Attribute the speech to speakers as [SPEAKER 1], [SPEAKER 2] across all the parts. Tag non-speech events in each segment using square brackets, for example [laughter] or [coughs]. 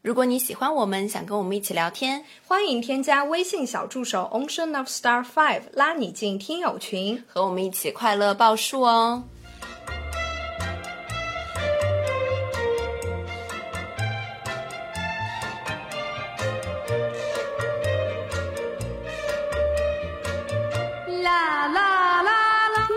[SPEAKER 1] 如果你喜欢我们，想跟我们一起聊天，
[SPEAKER 2] 欢迎添加微信小助手 Ocean of Star Five，拉你进听友群。
[SPEAKER 1] 和我们一起快乐报数哦。
[SPEAKER 2] 啦啦啦啦！听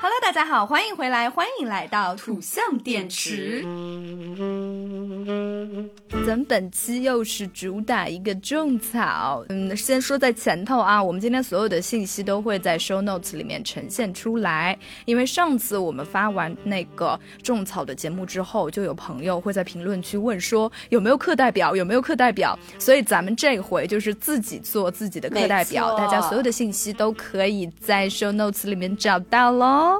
[SPEAKER 2] Hello，大家好，欢迎回来，欢迎来到土象电池。咱们本期又是主打一个种草，嗯，先说在前头啊，我们今天所有的信息都会在 show notes 里面呈现出来。因为上次我们发完那个种草的节目之后，就有朋友会在评论区问说有没有课代表，有没有课代表，所以咱们这回就是自己做自己的课代
[SPEAKER 1] 没
[SPEAKER 2] 表，
[SPEAKER 1] 错
[SPEAKER 2] 大家所有的信息都可以在 show notes 里面找到喽。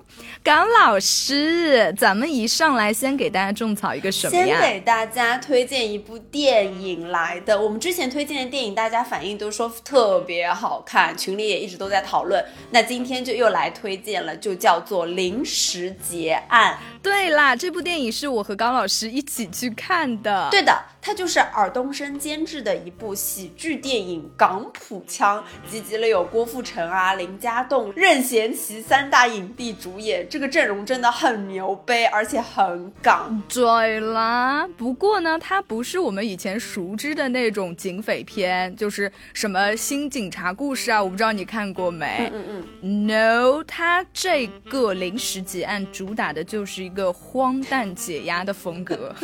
[SPEAKER 2] 甘老师，咱们一上来先给大家种草一个什么
[SPEAKER 1] 先
[SPEAKER 2] 呀？
[SPEAKER 1] 给大家推荐一部电影来的。我们之前推荐的电影，大家反应都说特别好看，群里也一直都在讨论。那今天就又来推荐了，就叫做《临时结案》。
[SPEAKER 2] 对啦，这部电影是我和高老师一起去看的。，
[SPEAKER 1] 对的，它就是尔冬升监制的一部喜剧电影，港普腔，集结了有郭富城啊、林家栋、任贤齐三大影帝主演，这个阵容真的很牛掰，而且很
[SPEAKER 2] 嗯
[SPEAKER 1] 港。
[SPEAKER 2] 对啦。不过呢，它不是我们以前熟知的那种警匪片，就是什么新警察故事啊，我不知道你看过没
[SPEAKER 1] 嗯、嗯嗯，
[SPEAKER 2] ？No，它这个临时结案主打的就是一个荒诞解压的风格。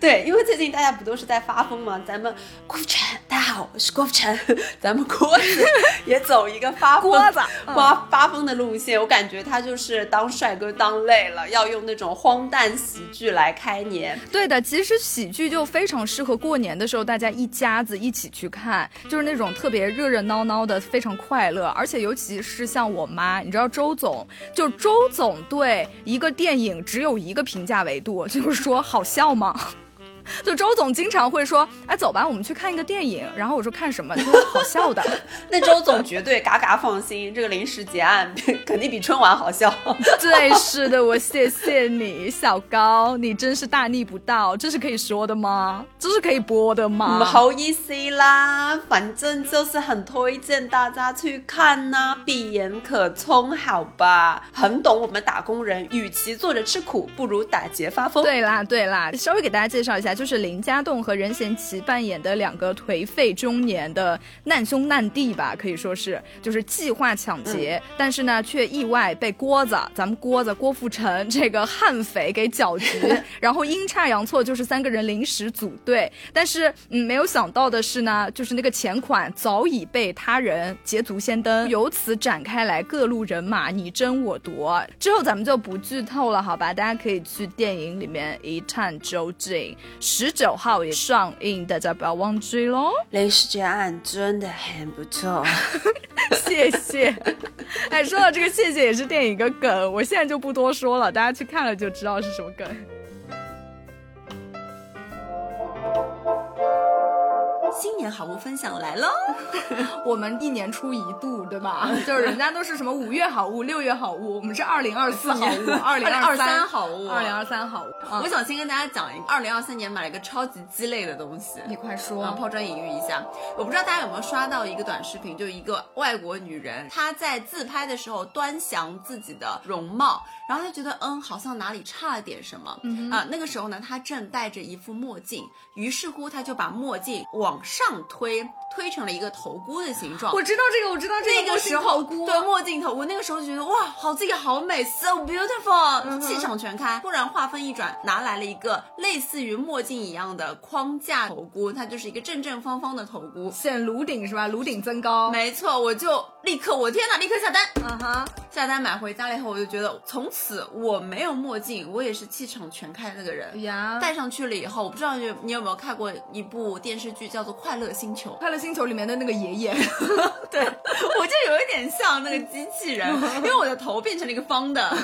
[SPEAKER 1] 对，因为最近大家不都是在发疯吗？咱们郭富城，大家好，我是郭富城， [laughs] 咱们郭
[SPEAKER 2] [laughs]
[SPEAKER 1] 子也走一个发疯
[SPEAKER 2] 郭子嗯
[SPEAKER 1] 发发疯的路线。我感觉他就是当帅哥当累了，要用那种荒诞喜剧来开年。
[SPEAKER 2] 对的，其实喜剧就非常适合过年的时候，大家一家子一起去看，就是那种特别热热闹闹的，非常快乐。而且尤其是像我妈，你知道周总，就周总对一个电影只有一个评价维度，就是说好笑吗？ [laughs] 就周总经常会说，哎，走吧，我们去看一个电影。然后我说看什么？他说好笑的。 [laughs]
[SPEAKER 1] 那周总绝对嘎嘎放心，这个临时结案肯定比春晚好笑。
[SPEAKER 2] 啊
[SPEAKER 1] [laughs]
[SPEAKER 2] 对，是的，我谢谢你，小高，你真是大逆不道，这是可以说的吗？这是可以播的吗？
[SPEAKER 1] 不好意思啦，反正就是很推荐大家去看呐、闭眼可冲，好吧？很懂我们打工人，与其坐着吃苦，不如打劫发疯。
[SPEAKER 2] 对啦，对啦，稍微给大家介绍一下，就是林家栋和任贤齐扮演的两个颓废中年的难兄难弟吧，可以说是，就是计划抢劫，但是呢，却意外被郭子，咱们郭子郭富城这个悍匪给搅局， [laughs] 然后阴差阳错就是三个人临时组队，嗯但是嗯，没有想到的是呢，就是那个钱款早已被他人捷足先登，由此展开来各路人马你争我夺。之后咱们就不剧透了，好吧？大家可以去电影里面一探究竟。十九号也上映，大家不要忘记喽。
[SPEAKER 1] 临时结案真的很不
[SPEAKER 3] [laughs]
[SPEAKER 1] 错。
[SPEAKER 2] 谢谢。哎，说到这个谢谢也是电影一个梗，我现在就不多说了，大家去看了就知道是什么梗。
[SPEAKER 1] 新年好物分享来喽！
[SPEAKER 2] 我们一年出一度，对吧？ [laughs] 就是人家都是什么五月好物、六月好物，我们是二零二四好物、 [laughs] 二零二
[SPEAKER 3] 2023好物
[SPEAKER 2] 二零二三好物。啊
[SPEAKER 3] 我
[SPEAKER 2] 嗯，
[SPEAKER 3] 想先跟大家讲一个，二零二三年买了一个超级鸡肋的东西。
[SPEAKER 2] 你快
[SPEAKER 3] 我
[SPEAKER 2] 说，
[SPEAKER 3] 嗯抛砖引玉一下，我不知道大家有没有刷到一个短视频，就一个外国女人，她在自拍的时候端详自己的容貌，然后她觉得嗯，好像哪里差了点什么，
[SPEAKER 2] 嗯
[SPEAKER 3] 啊，那个时候呢，她正戴着一副墨镜，于是乎她就把墨镜往上推，推成了一个头菇的形状。
[SPEAKER 2] 我知道这个，我知道这
[SPEAKER 3] 那个时候，
[SPEAKER 2] 菇啊
[SPEAKER 3] 对墨镜头，我那个时候就觉得哇，好自己好美，so beautiful，、气场全开。突然话锋一转，拿来了一个类似于墨镜一样的框架头箍，它就是一个正正方方的头箍。
[SPEAKER 2] 显颅顶是吧？颅顶增高。
[SPEAKER 3] 没错，我就立刻，我天哪，立刻下单！
[SPEAKER 2] 嗯哼，
[SPEAKER 3] 下单买回家了以后，我就觉得从此我没有墨镜，我也是气场全开的那个人。
[SPEAKER 2] 哎呀，在
[SPEAKER 3] 戴上去了以后，我不知道你有你有没有看过一部电视剧叫做《快乐星球》
[SPEAKER 2] 《快乐星球》里面的那个爷 [laughs] 爷，
[SPEAKER 3] 对， [laughs] 我就
[SPEAKER 2] 嗯 [laughs]
[SPEAKER 3] 有一点像那个机器人，因为我的头变成了一个方的。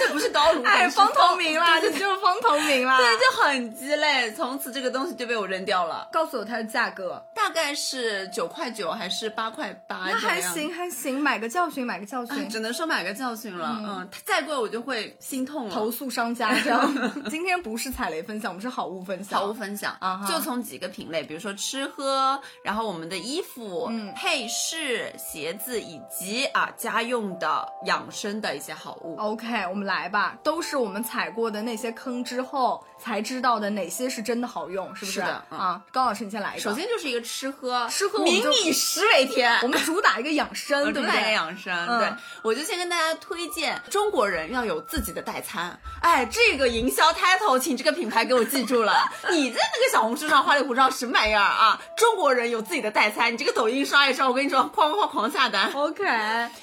[SPEAKER 3] 就不是刀炉，
[SPEAKER 2] 哎，
[SPEAKER 3] 是
[SPEAKER 2] 方头明啊啦，
[SPEAKER 3] 对
[SPEAKER 2] 这
[SPEAKER 3] 对
[SPEAKER 2] 就是方头明啦。
[SPEAKER 3] 对，就很鸡肋。从此这个东西就被我扔掉了，
[SPEAKER 2] 告诉我它的价格，
[SPEAKER 3] 大概是九块九还是八块八？
[SPEAKER 2] 那还行。还行，买个教训，买个教
[SPEAKER 3] 哎
[SPEAKER 2] 训，
[SPEAKER 3] 只能说买个教训了，嗯，它再贵我就会心痛了。
[SPEAKER 2] 投诉商家这 [laughs] 样。今天不是踩雷分享，我们是好物分享。
[SPEAKER 3] 好物分享
[SPEAKER 2] 啊哈
[SPEAKER 3] 就从几个品类，比如说吃喝，然后我们的衣服、
[SPEAKER 2] 嗯
[SPEAKER 3] 配饰、鞋子，以及啊家用的养生的一些好物。
[SPEAKER 2] OK，我们来吧，都是我们踩过的那些坑之后才知道的哪些是真的好用，是不
[SPEAKER 3] 是的嗯
[SPEAKER 2] 啊，高老师，你先来一个。
[SPEAKER 3] 首，先就是一个吃喝，
[SPEAKER 2] 吃喝我们
[SPEAKER 3] 民
[SPEAKER 2] 就
[SPEAKER 3] 以食为天，
[SPEAKER 2] 我们主打一个养生，对
[SPEAKER 3] 对
[SPEAKER 2] 不
[SPEAKER 3] 来
[SPEAKER 2] 对？
[SPEAKER 3] 呃养生，
[SPEAKER 2] 嗯
[SPEAKER 3] 对我就先跟大家推荐，中国人要有自己的代餐。哎，这个营销 title，请这个品牌给我记住 [laughs] 了。你在那个小红书上花里胡哨什么玩意儿啊？中国人有自己的代餐，你这个抖音刷一刷，我跟你说，哐哐哐狂下单。
[SPEAKER 2] OK，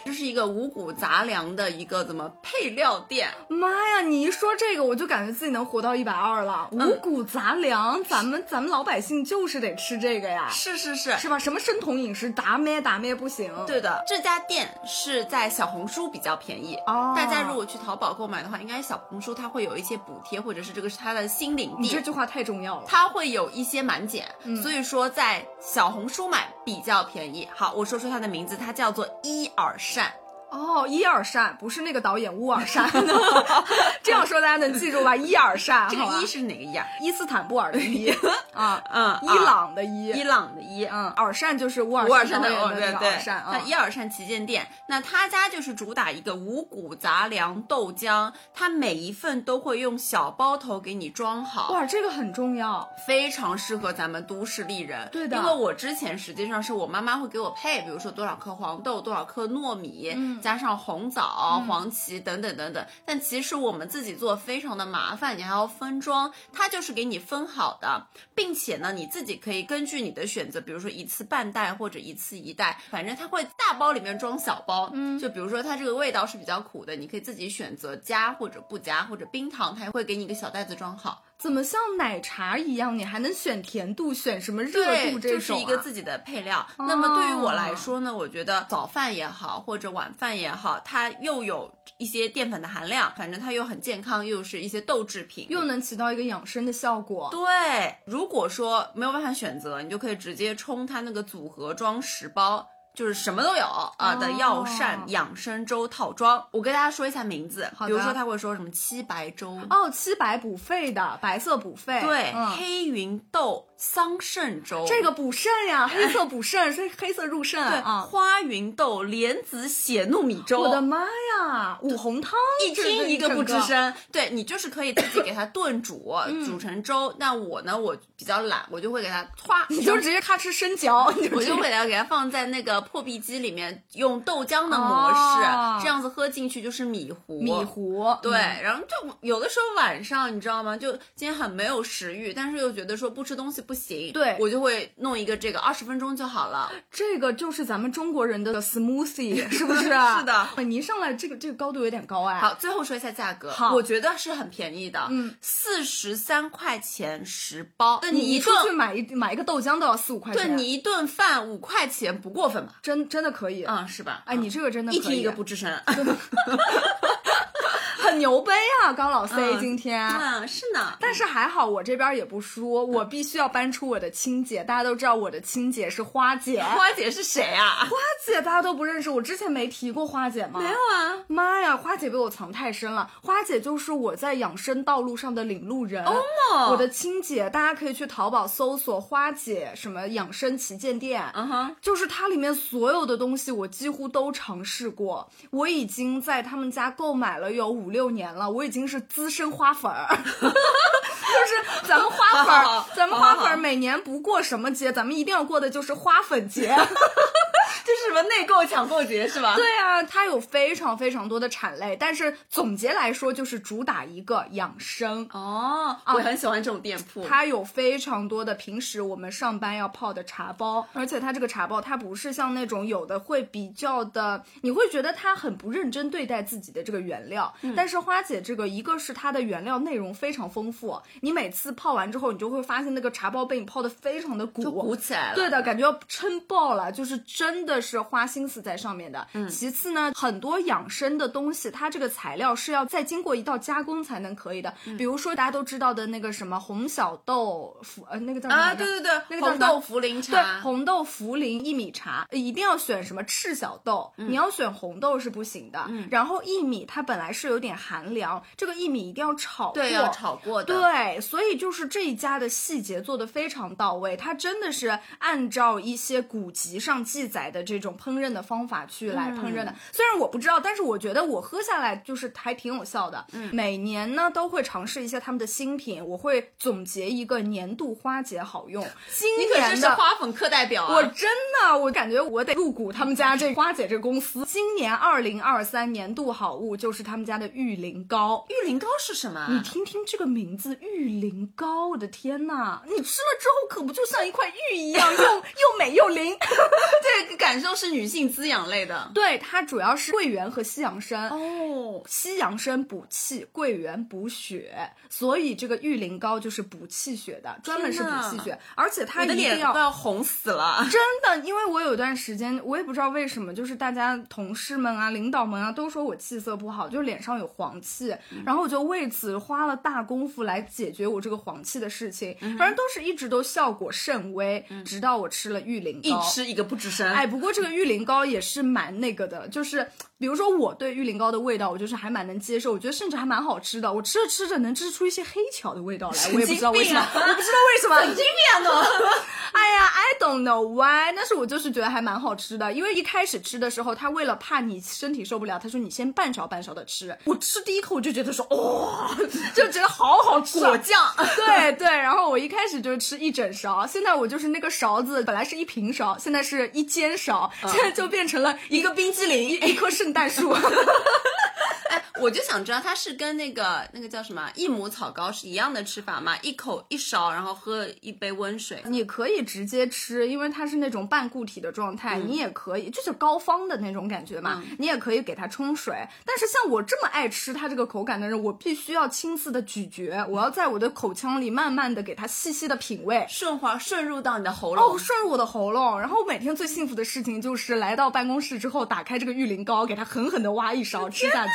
[SPEAKER 3] 这是一个五谷杂粮的一个怎么配料店，
[SPEAKER 2] 妈呀！你一说这个，我就感觉自己能活到一百二了。
[SPEAKER 3] 嗯
[SPEAKER 2] 五谷杂粮，咱们咱们老百姓就是得吃这个呀，
[SPEAKER 3] 是是是。
[SPEAKER 2] 是吧？什么生酮饮食，打咩打咩不行。
[SPEAKER 3] 对的，这家店是在小红书比较便宜
[SPEAKER 2] 哦
[SPEAKER 3] 大家如果去淘宝购买的话，应该小红书它会有一些补贴，或者是这个是嗯它的新领
[SPEAKER 2] 你
[SPEAKER 3] 地。
[SPEAKER 2] 这句话太重要了。
[SPEAKER 3] 它会有一些满减，所以说在小红书买比较便宜。好，我说说它的名字，它叫做伊尔善。
[SPEAKER 2] 哦，伊尔善不是那个导演乌尔
[SPEAKER 3] [laughs]
[SPEAKER 2] 善，这样说大家能记住吧？伊尔善，
[SPEAKER 3] 这
[SPEAKER 2] 好吧
[SPEAKER 3] 个伊是哪个伊啊？
[SPEAKER 2] 伊斯坦布尔
[SPEAKER 3] [laughs]
[SPEAKER 2] 的伊 [laughs] 啊，
[SPEAKER 3] 嗯，
[SPEAKER 2] 伊
[SPEAKER 3] 啊
[SPEAKER 2] 朗的伊，
[SPEAKER 3] 伊朗的伊。
[SPEAKER 2] 嗯，尔善就是乌
[SPEAKER 3] 乌尔
[SPEAKER 2] 尔
[SPEAKER 3] 善
[SPEAKER 2] 的
[SPEAKER 3] 的
[SPEAKER 2] 那
[SPEAKER 3] 哦，
[SPEAKER 2] 个
[SPEAKER 3] 对
[SPEAKER 2] 那个
[SPEAKER 3] 对
[SPEAKER 2] 尔，善啊
[SPEAKER 3] 那。伊尔善旗舰店，那他家就是主打一个五谷杂粮豆浆，它每一份都会用小包头给你装好，
[SPEAKER 2] 哇，这个很重要，
[SPEAKER 3] 非常适合咱们都市丽人。
[SPEAKER 2] 对的
[SPEAKER 3] 因为我之前实际上是我妈妈会给我配，比如说多少颗黄豆、多少颗糯米，
[SPEAKER 2] 嗯
[SPEAKER 3] 加上红枣、黄芪等等等等。但其实我们自己做非常的麻烦，你还要分装，它就是给你分好的，并且呢，你自己可以根据你的选择，比如说一次半袋或者一次一袋，反正它会大包里面装小包。
[SPEAKER 2] 嗯
[SPEAKER 3] 就比如说它这个味道是比较苦的，你可以自己选择加或者不加，或者冰糖，它也会给你一个小袋子装好。
[SPEAKER 2] 怎么像奶茶一样，你还能选甜度，选什么热
[SPEAKER 3] 对，
[SPEAKER 2] 度
[SPEAKER 3] 就
[SPEAKER 2] 这
[SPEAKER 3] 是
[SPEAKER 2] 种、啊？
[SPEAKER 3] 一个自己的配料。
[SPEAKER 2] 哦
[SPEAKER 3] 那么对于我来说呢，我觉得早饭也好，或者晚饭也好，它又有一些淀粉的含量，反正它又很健康，又是一些豆制品，
[SPEAKER 2] 又能起到一个养生的效果。
[SPEAKER 3] 对。如果说没有办法选择，你就可以直接冲它那个组合装十包。就是什么都有啊的
[SPEAKER 2] 哦
[SPEAKER 3] 药膳养生粥套装，我跟大家说一下名字，
[SPEAKER 2] 好的
[SPEAKER 3] 比如说它会说什么七白粥，
[SPEAKER 2] 哦，七白补肺的，白色补肺，
[SPEAKER 3] 对，
[SPEAKER 2] 嗯，
[SPEAKER 3] 黑芸豆桑葚粥，
[SPEAKER 2] 这个补肾呀，黑色补肾，是黑色入肾
[SPEAKER 3] 对，
[SPEAKER 2] 啊。
[SPEAKER 3] 花芸豆莲子血糯米粥，
[SPEAKER 2] 我的妈呀，五红汤，
[SPEAKER 3] 一
[SPEAKER 2] 这
[SPEAKER 3] 听
[SPEAKER 2] 这
[SPEAKER 3] 一个不
[SPEAKER 2] 整
[SPEAKER 3] 吱声。对你就是可以自己给它炖煮，煮成
[SPEAKER 2] [coughs]
[SPEAKER 3] 粥。那我呢，我比较懒，我就会给它歘，
[SPEAKER 2] 你就直接咔哧生嚼，你
[SPEAKER 3] [laughs] 我
[SPEAKER 2] 直接
[SPEAKER 3] 就会给它给它放在那个破壁机里面，用豆浆的模式，
[SPEAKER 2] 哦
[SPEAKER 3] 这样子喝进去就是米糊。
[SPEAKER 2] 米。糊，
[SPEAKER 3] 对，
[SPEAKER 2] 嗯
[SPEAKER 3] 然后就有的时候晚上，你知道吗？就今天很没有食欲，但是又觉得说不吃东西不行，
[SPEAKER 2] 对
[SPEAKER 3] 我就会弄一个这个二十分钟就好了。
[SPEAKER 2] 这个就是咱们中国人
[SPEAKER 3] [laughs]
[SPEAKER 2] 的 smoothie，是不是？
[SPEAKER 3] 是的
[SPEAKER 2] 哎，你一上来这个这个高度有点高哎。，
[SPEAKER 3] 好，最后说一下价格，
[SPEAKER 2] 好
[SPEAKER 3] 我觉得是很便宜的，
[SPEAKER 2] 嗯，
[SPEAKER 3] 四十三块钱十包，那
[SPEAKER 2] 你
[SPEAKER 3] 一
[SPEAKER 2] 出去
[SPEAKER 3] 顿，
[SPEAKER 2] 买一买一个豆浆都要四五块钱，
[SPEAKER 3] 对你一顿饭五块钱不过分吧？
[SPEAKER 2] 真真的可以。
[SPEAKER 3] 嗯，是吧？
[SPEAKER 2] 哎，你这个真的
[SPEAKER 3] 一
[SPEAKER 2] 可
[SPEAKER 3] 听
[SPEAKER 2] 以
[SPEAKER 3] 一个不吱
[SPEAKER 2] [laughs]
[SPEAKER 3] 声， [laughs]
[SPEAKER 2] 很牛掰啊，高老 C
[SPEAKER 3] 嗯
[SPEAKER 2] 今天。
[SPEAKER 3] 嗯，是呢，
[SPEAKER 2] 但是还好，我这边也不输，
[SPEAKER 3] 嗯
[SPEAKER 2] 我必须要搬出我的亲姐。大家都知道我的亲姐是花姐，花
[SPEAKER 3] 花姐是谁啊？
[SPEAKER 2] 姐大家都不认识，我之前没提过花姐吗？没有
[SPEAKER 3] 啊，
[SPEAKER 2] 妈呀，花姐被我藏太深了。花姐就是我在养生道路上的领路人。哦
[SPEAKER 3] 哦
[SPEAKER 2] 我的亲姐，大家可以去淘宝搜索“花姐”什么养生旗舰店。
[SPEAKER 3] 嗯
[SPEAKER 2] [laughs]
[SPEAKER 3] 哼，
[SPEAKER 2] 就是它里面所有的东西，我几乎都尝试过。我已经在他们家购买了有五六年了，我已经是资深花
[SPEAKER 3] [laughs]
[SPEAKER 2] 粉儿。就是咱们花粉
[SPEAKER 3] 好
[SPEAKER 2] 儿
[SPEAKER 3] 好，
[SPEAKER 2] 咱们花
[SPEAKER 3] 好
[SPEAKER 2] 粉
[SPEAKER 3] 好
[SPEAKER 2] 儿每年不过什么节，咱们一定要过的就是花粉节。
[SPEAKER 3] 这是什么内购抢购节是 [laughs] 吧？
[SPEAKER 2] 对啊，它有非常非常多的产类，但是总结来说就是主打一个养生。
[SPEAKER 3] 哦，我很喜欢这种店铺，
[SPEAKER 2] 它有非常多的平时我们上班要泡的茶包，而且它这个茶包它不是像那种有的会比较的，你会觉得它很不认真对待自己的这个原料。但是花姐这个，一个是它的原料内容非常丰富，你每次泡完之后，你就会发现那个茶包被你泡的非常的鼓，
[SPEAKER 3] 就鼓起来了，
[SPEAKER 2] 对的感觉要撑爆了，就是真的是花心思在上面的。嗯，其次呢，很多养生的东西，它这个材料是要再经过一道加工才能可以的。
[SPEAKER 3] 嗯
[SPEAKER 2] 比如说大家都知道的那个什么红小豆茯，呃，那个叫什么
[SPEAKER 3] 啊，
[SPEAKER 2] 来着
[SPEAKER 3] 对对对，
[SPEAKER 2] 那个叫什
[SPEAKER 3] 红
[SPEAKER 2] 么
[SPEAKER 3] 豆茯苓
[SPEAKER 2] 对，
[SPEAKER 3] 茶，
[SPEAKER 2] 红豆茯苓薏米茶呃一定要选什么赤小豆，
[SPEAKER 3] 嗯
[SPEAKER 2] 你要选红豆是不行的。然后薏米它本来是有点寒凉，这个薏米一定要炒过。
[SPEAKER 3] 对，要炒过的。
[SPEAKER 2] 对，所以就是这一家的细节做得非常到位，它真的是按照一些古籍上记载的这种烹饪的方法去来烹
[SPEAKER 3] 嗯
[SPEAKER 2] 饪的。虽然我不知道，但是我觉得我喝下来就是还挺有效的。嗯，每年呢都会尝试一下他们的新品，我会总结一个年度花节好用。今
[SPEAKER 3] 你可
[SPEAKER 2] 年
[SPEAKER 3] 真是
[SPEAKER 2] 的
[SPEAKER 3] 花粉课代表啊！
[SPEAKER 2] 我真的，我感觉我得入股他们家这花姐这个公司。今年二零二三年度好物就是他们家的玉灵膏。
[SPEAKER 3] 玉林膏是什么啊？
[SPEAKER 2] 你听听这个名字，玉灵膏，我的天呐，你吃了之后可不就像一块玉一 [laughs] 样，又又美又灵。
[SPEAKER 3] 这个感受是女性滋养类的
[SPEAKER 2] [laughs] 对，它主要是桂圆和西洋参。
[SPEAKER 3] 哦。
[SPEAKER 2] 西洋参补气，桂圆补血，所以这个玉灵膏就是补气血的，专门是补气
[SPEAKER 3] 天
[SPEAKER 2] 血，而且它
[SPEAKER 3] 我
[SPEAKER 2] 一
[SPEAKER 3] 的
[SPEAKER 2] 定
[SPEAKER 3] 脸
[SPEAKER 2] 要
[SPEAKER 3] 都要红死了。
[SPEAKER 2] 真的，因为我有段时间，我也不知道为什么，就是大家同事们啊、领导们啊，都说我气色不好，就是脸上有黄气，然后我就为此花了大功夫来解决我这个黄气的事情，反正都是一直都效果甚微，直到我吃了玉灵膏，
[SPEAKER 3] 一吃一个不吱声，
[SPEAKER 2] 哎，不过这个玉灵膏也是蛮那个的，就是比如说我对玉灵膏的味道，我就是还蛮能接受，我觉得甚至还蛮好吃的。我吃着吃着能吃出一些黑巧的味道来，我也不知道为什么，我不知道为什么。神经病都！哎呀，I don't know why，但是我就是觉得还蛮好吃的，因为一开始吃的时候，他为了怕你身体受不了，他说你先半勺半勺的吃。我吃第一口我就觉得说，哦哇、 [laughs] 就觉得好好吃、 [laughs] 啊
[SPEAKER 3] 果。酱。
[SPEAKER 2] 对对，然后我一开始就是吃一整勺，现在我就是那个勺子，本来是一平勺，现在是一尖勺，现在 [laughs] 就变成了一个冰激凌，嗯一一棵圣诞树。
[SPEAKER 3] 哎，我就想知道它是跟那个那个叫什么益母草膏是一样的吃法吗？一口一勺，然后喝一杯温水。
[SPEAKER 2] 你可以直接吃，因为它是那种半固体的状
[SPEAKER 3] 嗯
[SPEAKER 2] 态，你也可以，就是膏方的那种感觉嘛，你也可以给它冲水。但是像我这么爱吃它这个口感的人，我必须要亲自的咀嚼，我要在我的口腔里慢慢的给它细细的品味。
[SPEAKER 3] 顺滑顺入到你的喉咙，
[SPEAKER 2] 哦，顺入我的喉咙。然后每天最幸福的事情就是来到办公室之后，打开这个玉灵膏，给它狠狠的挖一勺吃下
[SPEAKER 3] 哪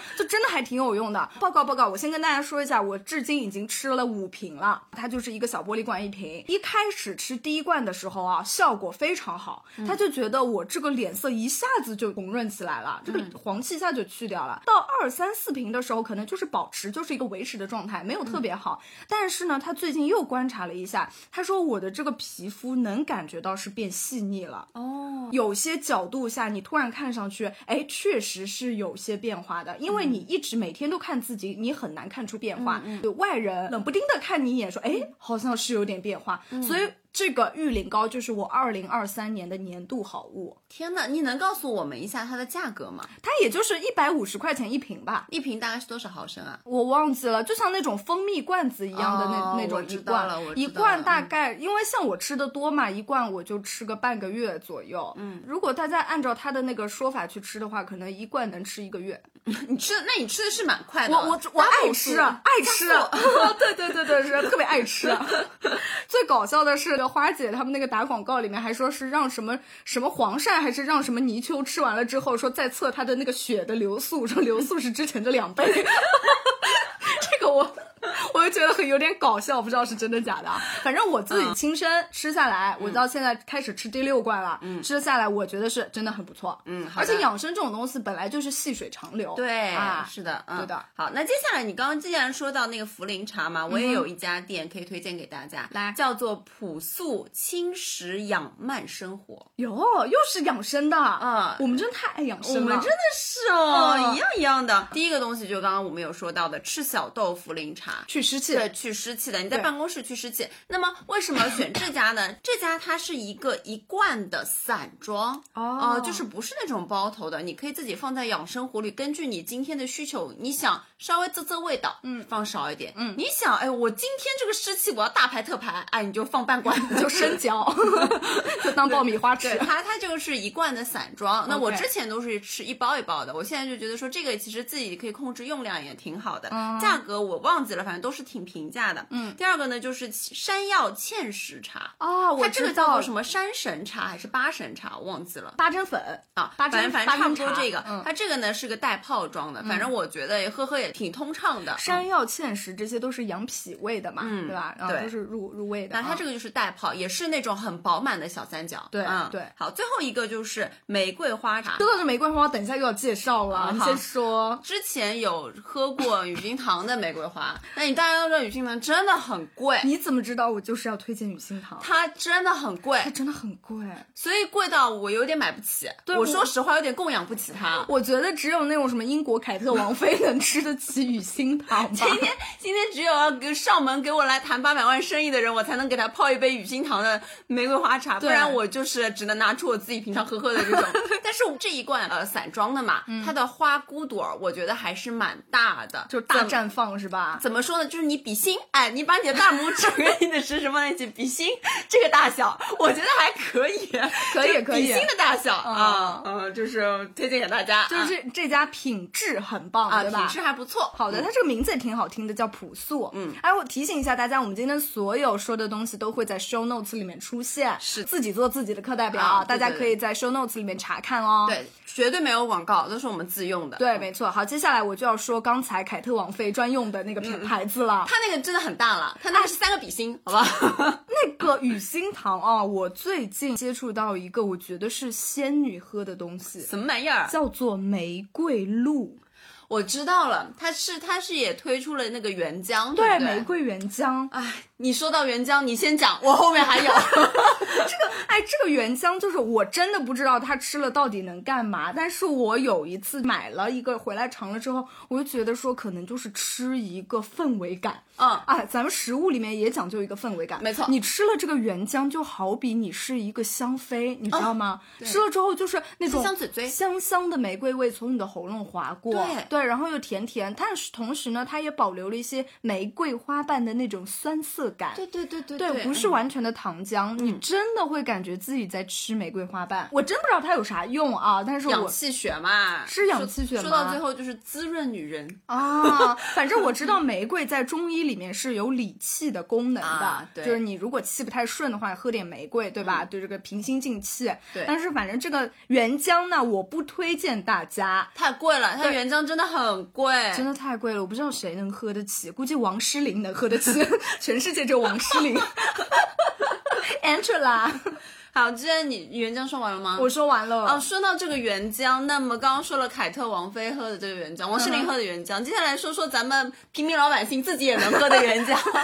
[SPEAKER 2] 去，就真的还挺有用的。报告报告，我先跟大家说一下，我至今已经吃了五瓶了，它就是一个小玻璃罐一瓶。一开始吃第一罐的时候啊，效果非常好，他就觉得我这个脸色一下子就红润起来了，这个黄气一下就去掉了。到二三四瓶的时候，可能就是保持就是一个维持的状态，没有特别好。但是呢，他最近又观察了一下，他说我的这个皮肤能感觉到是变细腻了。
[SPEAKER 3] 哦，
[SPEAKER 2] 有些角度下，你突然看上去，哎，确实是有些变化的，因为你一直每天都看自己，你很难看出变化。对外人冷不丁的看你一眼，说，哎，好像是有点变化。所以这个玉灵膏就是我二零二三年的年度好物，
[SPEAKER 3] 天哪！你能告诉我们一下它的价格吗？
[SPEAKER 2] 它也就是一百五十块钱一瓶吧。
[SPEAKER 3] 一瓶大概是多少毫升啊？
[SPEAKER 2] 我忘记了，就像那种蜂蜜罐子一样的那、
[SPEAKER 3] 哦
[SPEAKER 2] 那
[SPEAKER 3] 我
[SPEAKER 2] 种
[SPEAKER 3] 知
[SPEAKER 2] 一
[SPEAKER 3] 道
[SPEAKER 2] 罐
[SPEAKER 3] 了我知
[SPEAKER 2] 一
[SPEAKER 3] 道
[SPEAKER 2] 罐
[SPEAKER 3] 了
[SPEAKER 2] 大
[SPEAKER 3] 嗯
[SPEAKER 2] 概，因为像我吃的多嘛，一罐我就吃个半个月左右。嗯，如果大家按照他的那个说法去吃的话，可能一罐能吃一个月。
[SPEAKER 3] 你吃的，那你吃的是蛮快的。
[SPEAKER 2] 我我我爱吃，
[SPEAKER 3] 啊，
[SPEAKER 2] 爱吃， [laughs] 对对对对，是特别爱吃。
[SPEAKER 3] [laughs]
[SPEAKER 2] 最搞笑的是，花姐他们那个打广告里面还说是让什么什么黄鳝，还是让什么泥鳅吃完了之后，说再测它的那个血的流速， [laughs] 说流速是之前的
[SPEAKER 3] [laughs]
[SPEAKER 2] 两倍。这个我。我就觉得很有点搞笑，不知道是真的假的啊。反正我自己亲身吃下来，
[SPEAKER 3] 嗯
[SPEAKER 2] 我到现在开始吃第六罐了，吃下来我觉得是真的很不错。
[SPEAKER 3] 嗯好
[SPEAKER 2] 而
[SPEAKER 3] 的
[SPEAKER 2] 且养生这种东西本来就是细水长流，
[SPEAKER 3] 对，
[SPEAKER 2] 啊，
[SPEAKER 3] 是的，嗯嗯，
[SPEAKER 2] 对的。
[SPEAKER 3] 好，那接下来你刚刚既然说到那个茯苓茶嘛，我也有一家店可以推荐给大家，
[SPEAKER 2] 来
[SPEAKER 3] 叫做朴素轻食养慢生活。
[SPEAKER 2] 哟，又是养生的
[SPEAKER 3] 啊
[SPEAKER 2] 嗯我们真的太爱养生
[SPEAKER 3] 我
[SPEAKER 2] 了，
[SPEAKER 3] 们真的是哦，
[SPEAKER 2] 嗯
[SPEAKER 3] 一样一样的。第一个东西就刚刚我们有说到的赤小豆茯苓茶，
[SPEAKER 2] 去湿气。
[SPEAKER 3] 对，去湿气的。你在
[SPEAKER 2] 对
[SPEAKER 3] 办公室去湿气，那么为什 [laughs] 么选这家呢？这家它是一个一罐的散装，
[SPEAKER 2] 哦
[SPEAKER 3] 呃就是不是那种包头的，你可以自己放在养生壶里，根据你今天的需求，你想稍微滋滋味道，嗯，放少一点，嗯，你想，哎，我今天这个湿气我要大排特排，哎，你就放半 [laughs] 罐，
[SPEAKER 2] 就生 [laughs] 嚼，就当爆米花
[SPEAKER 3] [laughs] 对
[SPEAKER 2] 吃。
[SPEAKER 3] 它，它就是一罐的散装。那我
[SPEAKER 2] OK
[SPEAKER 3] 之前都是吃一包一包的，我现在就觉得说这个其实自己可以控制用量也挺好的。价格我忘记了，反正都是挺平价的。
[SPEAKER 2] 哦嗯
[SPEAKER 3] 第二个呢就是山药芡实茶，
[SPEAKER 2] 啊，我
[SPEAKER 3] 它这个
[SPEAKER 2] 知
[SPEAKER 3] 叫
[SPEAKER 2] 道
[SPEAKER 3] 做什么山神茶还是八神茶，我忘记了。
[SPEAKER 2] 八珍粉
[SPEAKER 3] 啊，
[SPEAKER 2] 八
[SPEAKER 3] 反
[SPEAKER 2] 珍
[SPEAKER 3] 正反正
[SPEAKER 2] 八
[SPEAKER 3] 差不
[SPEAKER 2] 珍
[SPEAKER 3] 多
[SPEAKER 2] 茶
[SPEAKER 3] 这个，
[SPEAKER 2] 嗯
[SPEAKER 3] 它这个呢是个带泡装的，反正我觉得喝喝也挺通畅的。
[SPEAKER 2] 山药、芡实这些都是养脾胃的嘛，
[SPEAKER 3] 嗯
[SPEAKER 2] 对吧？然后
[SPEAKER 3] 对
[SPEAKER 2] 都是入入胃的。
[SPEAKER 3] 那它
[SPEAKER 2] 啊
[SPEAKER 3] 这个就是带泡，也是那种很饱满的小三角。
[SPEAKER 2] 对
[SPEAKER 3] 嗯、
[SPEAKER 2] 对
[SPEAKER 3] 好，最后一个就是玫瑰花茶。
[SPEAKER 2] 说到这玫瑰花，我等一下又要介绍了，
[SPEAKER 3] 啊
[SPEAKER 2] 你
[SPEAKER 3] 好
[SPEAKER 2] 先说。
[SPEAKER 3] 之前有喝过雨欣堂的玫瑰花， [laughs] 那你大家都知道雨欣堂真的很贵，
[SPEAKER 2] 你怎么知道我就是要推荐雨欣堂？
[SPEAKER 3] 它真的很
[SPEAKER 2] 它
[SPEAKER 3] 贵，
[SPEAKER 2] 哎真的很贵，
[SPEAKER 3] 所以贵到我有点买不起。
[SPEAKER 2] 对
[SPEAKER 3] 我
[SPEAKER 2] 我
[SPEAKER 3] 说实话有点供养不起它。
[SPEAKER 2] 我觉得只有那种什么英国凯特王妃能吃得起雨欣 [laughs] 堂吧
[SPEAKER 3] 今。天今天只有要给上门给我来谈八百万生意的人，我才能给他泡一杯雨欣堂的玫瑰花茶，不
[SPEAKER 2] 对
[SPEAKER 3] 然我就是只能拿出我自己平常喝喝的这
[SPEAKER 2] [laughs]
[SPEAKER 3] 种。但是这一罐呃散装的嘛，它的花骨朵儿我觉得还是蛮大的，
[SPEAKER 2] 嗯就是大
[SPEAKER 3] 怎么
[SPEAKER 2] 绽放是吧？
[SPEAKER 3] 怎么说呢？就是你比心，哎，你把你的大拇指跟你的食指放在一起比心，这个大小，我觉得还可以，
[SPEAKER 2] [laughs] 可以
[SPEAKER 3] 就是
[SPEAKER 2] 可以
[SPEAKER 3] 比心的大小啊，嗯，就是推荐给大家，啊
[SPEAKER 2] 就是这这家品质很棒，
[SPEAKER 3] 啊，啊
[SPEAKER 2] 对吧？
[SPEAKER 3] 品质还不错，
[SPEAKER 2] 好的，它这个名字也挺好听的，叫朴素。
[SPEAKER 3] 嗯，
[SPEAKER 2] 哎，我提醒一下大家，我们今天所有说的东西都会在 show notes 里面出现，
[SPEAKER 3] 是
[SPEAKER 2] 自己做自己的课代表，
[SPEAKER 3] 啊
[SPEAKER 2] 大
[SPEAKER 3] 对
[SPEAKER 2] 家
[SPEAKER 3] 对
[SPEAKER 2] 可以在 show notes 里面查看哦。。
[SPEAKER 3] 嗯对，绝对没有广告，都是我们自用的，
[SPEAKER 2] 对，没错。好，接下来我就要说刚才凯特王妃专用的那个
[SPEAKER 3] 嗯
[SPEAKER 2] 品牌子了。
[SPEAKER 3] 它那个真的很大了，它那个是三个比心，好 [laughs] 吧？
[SPEAKER 2] 那个雨欣堂啊，我最近接触到一个，我觉得是仙女喝的东西，
[SPEAKER 3] 什么玩意儿？
[SPEAKER 2] 叫做玫瑰露。
[SPEAKER 3] 我知道了，它是它是也推出了那个原浆，对
[SPEAKER 2] 对，
[SPEAKER 3] 不对
[SPEAKER 2] 玫。瑰原浆。
[SPEAKER 3] 哎，你说到原浆，你先讲，我后面还
[SPEAKER 2] [laughs]
[SPEAKER 3] 有。
[SPEAKER 2] 哎，这个原浆就是我真的不知道它吃了到底能干嘛，但是我有一次买了一个回来尝了之后，我就觉得说可能就是吃一个氛围感。
[SPEAKER 3] 嗯，
[SPEAKER 2] 哎，咱们食物里面也讲究一个氛围感，
[SPEAKER 3] 没错
[SPEAKER 2] 你吃了这个原浆，就好比你是一个香妃，你知道
[SPEAKER 3] 哦
[SPEAKER 2] 吗？
[SPEAKER 3] 对
[SPEAKER 2] 吃了之后就是那种
[SPEAKER 3] 香嘴嘴
[SPEAKER 2] 香香的玫瑰味从你的喉咙划过，
[SPEAKER 3] 对
[SPEAKER 2] 然后又甜甜，但是同时呢，它也保留了一些玫瑰花瓣的那种酸涩感。
[SPEAKER 3] 对对对对
[SPEAKER 2] 对，嗯不是完全的糖浆，你真的会感觉自己在吃玫瑰花瓣。我真不知道它有啥用啊，但是
[SPEAKER 3] 氧
[SPEAKER 2] 我
[SPEAKER 3] 气血嘛，
[SPEAKER 2] 是氧气血
[SPEAKER 3] 说。说
[SPEAKER 2] 吗
[SPEAKER 3] 到最后就是滋润女人
[SPEAKER 2] 啊， [laughs] 反正我知道玫瑰在中医里面是有理气的功能的，
[SPEAKER 3] 啊对
[SPEAKER 2] 就是你如果气不太顺的话，喝点玫瑰，对吧？对这个平心静气。
[SPEAKER 3] 对
[SPEAKER 2] 但是反正这个原浆呢，我不推荐大家。
[SPEAKER 3] 太贵了，它
[SPEAKER 2] 对
[SPEAKER 3] 原浆真的很贵，
[SPEAKER 2] 真的太贵了，我不知道谁能喝得起，估计王诗龄能喝得起， [laughs] 全世界只有王诗龄 [laughs] ，Angela。
[SPEAKER 3] 好，既然你原浆说完了吗？
[SPEAKER 2] 我说完了，
[SPEAKER 3] 哦，说到这个原浆，那么刚刚说了凯特王妃喝的这个原浆，王
[SPEAKER 2] 嗯
[SPEAKER 3] 诗龄喝的原浆，接下来说说咱们平民老百姓自己也能喝的原
[SPEAKER 2] [laughs]
[SPEAKER 3] 浆。 [laughs]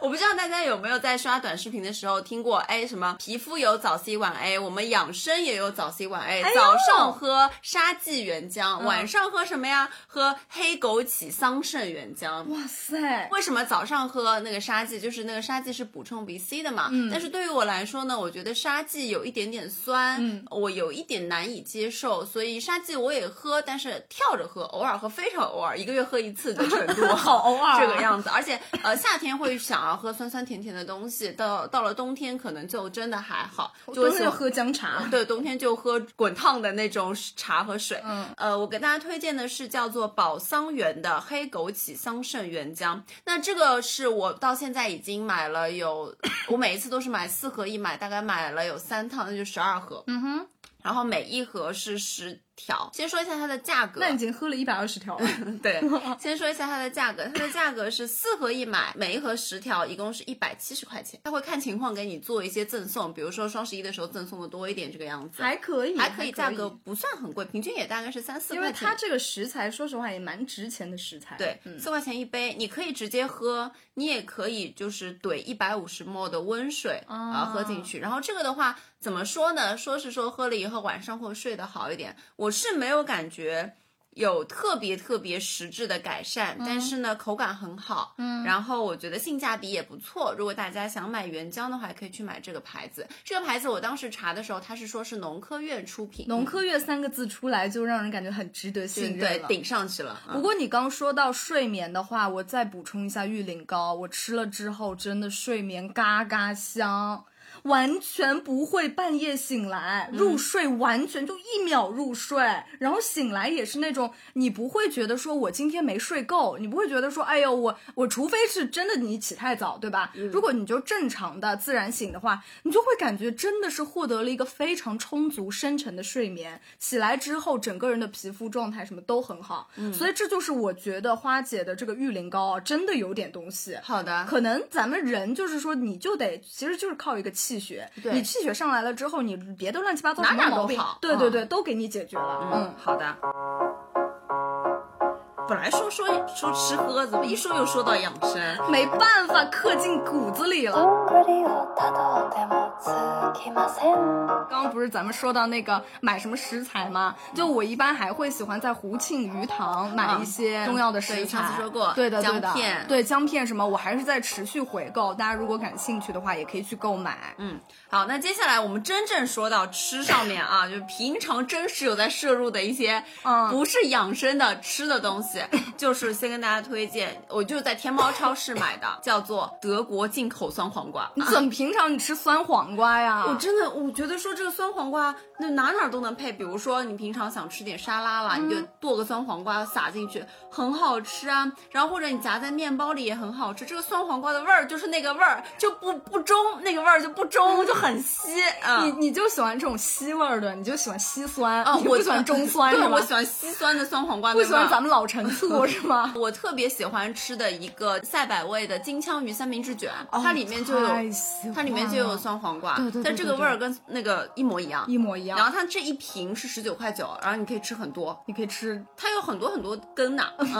[SPEAKER 3] 我不知道大家有没有在刷短视频的时候听过，哎，什么皮肤有早 C 晚 A，我们养生也有早 C 晚 A，、
[SPEAKER 2] 哎呦嗯
[SPEAKER 3] 早上喝沙棘原浆，晚上喝什么呀？喝黑枸杞桑葚原浆。
[SPEAKER 2] 哇塞，
[SPEAKER 3] 为什么早上喝那个沙棘？就是那个沙棘是补充 B C 的嘛。
[SPEAKER 2] 嗯
[SPEAKER 3] 但是对于我来说呢，我觉得沙棘有一点点酸，
[SPEAKER 2] 嗯
[SPEAKER 3] 我有一点难以接受，所以沙棘我也喝，但是跳着喝，偶尔喝，非常偶尔，一个月喝一次的程
[SPEAKER 2] [laughs]
[SPEAKER 3] 度，好
[SPEAKER 2] 偶尔啊
[SPEAKER 3] 这个样子。而且呃，夏天会想要喝酸酸甜甜的东西，到到了冬天可能就真的还好，就
[SPEAKER 2] 都
[SPEAKER 3] 会喜
[SPEAKER 2] 是
[SPEAKER 3] 欢
[SPEAKER 2] 喝姜茶。
[SPEAKER 3] 对，冬天就喝滚烫的那种茶和水。
[SPEAKER 2] 嗯，
[SPEAKER 3] 呃，我给大家推荐的是叫做宝桑园的黑枸杞桑葚原浆。那这个是我到现在已经买了有，我每一次都是买四盒一买，大概买了有三趟，那就十二盒，
[SPEAKER 2] 嗯哼，
[SPEAKER 3] 然后每一盒是十条。先说一下它的价格，
[SPEAKER 2] [laughs] 那已经喝了一百二十条了。
[SPEAKER 3] 对，先说一下它的价格，它的价格是四盒一买，每一盒十条，一共是一百七十块钱。它会看情况给你做一些赠送，比如说双十一的时候赠送的多一点，这个样子。
[SPEAKER 2] [laughs] 还可以，
[SPEAKER 3] 还可以，价格不算很贵，平均也大概是三四
[SPEAKER 2] 因
[SPEAKER 3] 块
[SPEAKER 2] 为它
[SPEAKER 3] 钱。
[SPEAKER 2] 这个食材，说实话也蛮值钱的食材。
[SPEAKER 3] 对，
[SPEAKER 2] 嗯
[SPEAKER 3] 四、块钱一杯，你可以直接喝，你也可以就是怼一百五十 ml 的温水啊、
[SPEAKER 2] 啊
[SPEAKER 3] 喝进去。然后这个的话，怎么说呢？说是说喝了以后晚上会睡得好一点，我是没有感觉有特别特别实质的改善，
[SPEAKER 2] 嗯
[SPEAKER 3] 但是呢，口感很好，嗯，然后我觉得性价比也不错。如果大家想买原浆的话，可以去买这个牌子。这个牌子我当时查的时候，它是说是农科院出品，
[SPEAKER 2] 农科院三个字出来就让人感觉很值得信
[SPEAKER 3] 对
[SPEAKER 2] 任了。
[SPEAKER 3] 顶上去了。嗯
[SPEAKER 2] 不过你刚说到睡眠的话，我再补充一下玉林膏，我吃了之后真的睡眠嘎嘎香。完全不会半夜醒来，入睡完全就一秒入睡，然后醒来也是那种你不会觉得说我今天没睡够，你不会觉得说哎呦我我除非是真的你起太早对吧？如果你就正常的自然醒的话，你就会感觉真的是获得了一个非常充足深沉的睡眠，起来之后整个人的皮肤状态什么都很好，所以这就是我觉得花姐的这个玉灵膏啊，真的有点东西。
[SPEAKER 3] 好的，
[SPEAKER 2] 可能咱们人就是说，你就得其实就是靠一个气血，
[SPEAKER 3] 对
[SPEAKER 2] 你气血上来了之后，你别的乱七八糟
[SPEAKER 3] 哪
[SPEAKER 2] 什么
[SPEAKER 3] 哪
[SPEAKER 2] 毛
[SPEAKER 3] 都
[SPEAKER 2] 病
[SPEAKER 3] 好，
[SPEAKER 2] 对
[SPEAKER 3] 嗯
[SPEAKER 2] 对对，都给你解决了。
[SPEAKER 3] 嗯，好的。本来说说说吃喝，怎么一说又说到养生？
[SPEAKER 2] 嗯，没办法，刻进骨子里
[SPEAKER 4] ど
[SPEAKER 2] 了。
[SPEAKER 4] んぐりをたどってもつきません
[SPEAKER 2] 刚刚不是咱们说到那个买什么食材吗？就我一般还会喜欢在胡庆余堂买一些
[SPEAKER 3] 嗯
[SPEAKER 2] 中药的食
[SPEAKER 3] 对
[SPEAKER 2] 材，
[SPEAKER 3] 上次说过
[SPEAKER 2] 对的
[SPEAKER 3] 姜
[SPEAKER 2] 对的，
[SPEAKER 3] 片
[SPEAKER 2] 对姜片什么，我还是在持续回购。大家如果感兴趣的话，也可以去购买。
[SPEAKER 3] 嗯，好，那接下来我们真正说到吃上面啊，就是平常真实有在摄入的一些，
[SPEAKER 2] 嗯
[SPEAKER 3] 不是养生的吃的东西，就是先跟大家推荐，我就是在天猫超市买的，叫做德国进口酸黄瓜。
[SPEAKER 2] 你怎么平常你吃酸黄瓜呀？
[SPEAKER 3] 我真的，我觉得说这个酸黄瓜，那哪哪都能配。比如说，你平常想吃点沙拉啦，你
[SPEAKER 2] 嗯
[SPEAKER 3] 就剁个酸黄瓜撒进去，很好吃啊。然后或者你夹在面包里也很好吃。这个酸黄瓜的味儿就是那个味儿，就不不中，那个味儿就不中，就很稀啊。
[SPEAKER 2] 你你就喜欢这种西味儿的，你就喜欢西酸
[SPEAKER 3] 啊，
[SPEAKER 2] 你
[SPEAKER 3] 我
[SPEAKER 2] 不喜欢中酸
[SPEAKER 3] 对
[SPEAKER 2] 是吗
[SPEAKER 3] 我喜欢西酸的酸黄瓜的
[SPEAKER 2] 不
[SPEAKER 3] 味
[SPEAKER 2] 喜欢
[SPEAKER 3] 儿
[SPEAKER 2] 咱们老陈
[SPEAKER 3] [laughs]
[SPEAKER 2] 醋是吗？
[SPEAKER 3] 我特别喜欢吃的一个赛百味的金枪鱼三明治卷，哦它里面就有
[SPEAKER 2] 哦太喜欢了
[SPEAKER 3] 它里面就有酸黄瓜，
[SPEAKER 2] 对对对
[SPEAKER 3] 但这
[SPEAKER 2] 对
[SPEAKER 3] 个
[SPEAKER 2] 对
[SPEAKER 3] 味儿跟那个一模一样，
[SPEAKER 2] 一模一
[SPEAKER 3] 然
[SPEAKER 2] 样，
[SPEAKER 3] 后它这一瓶是十九块九，然后你可以吃很多，
[SPEAKER 2] 你可以吃
[SPEAKER 3] 它有很多很多根呐、嗯，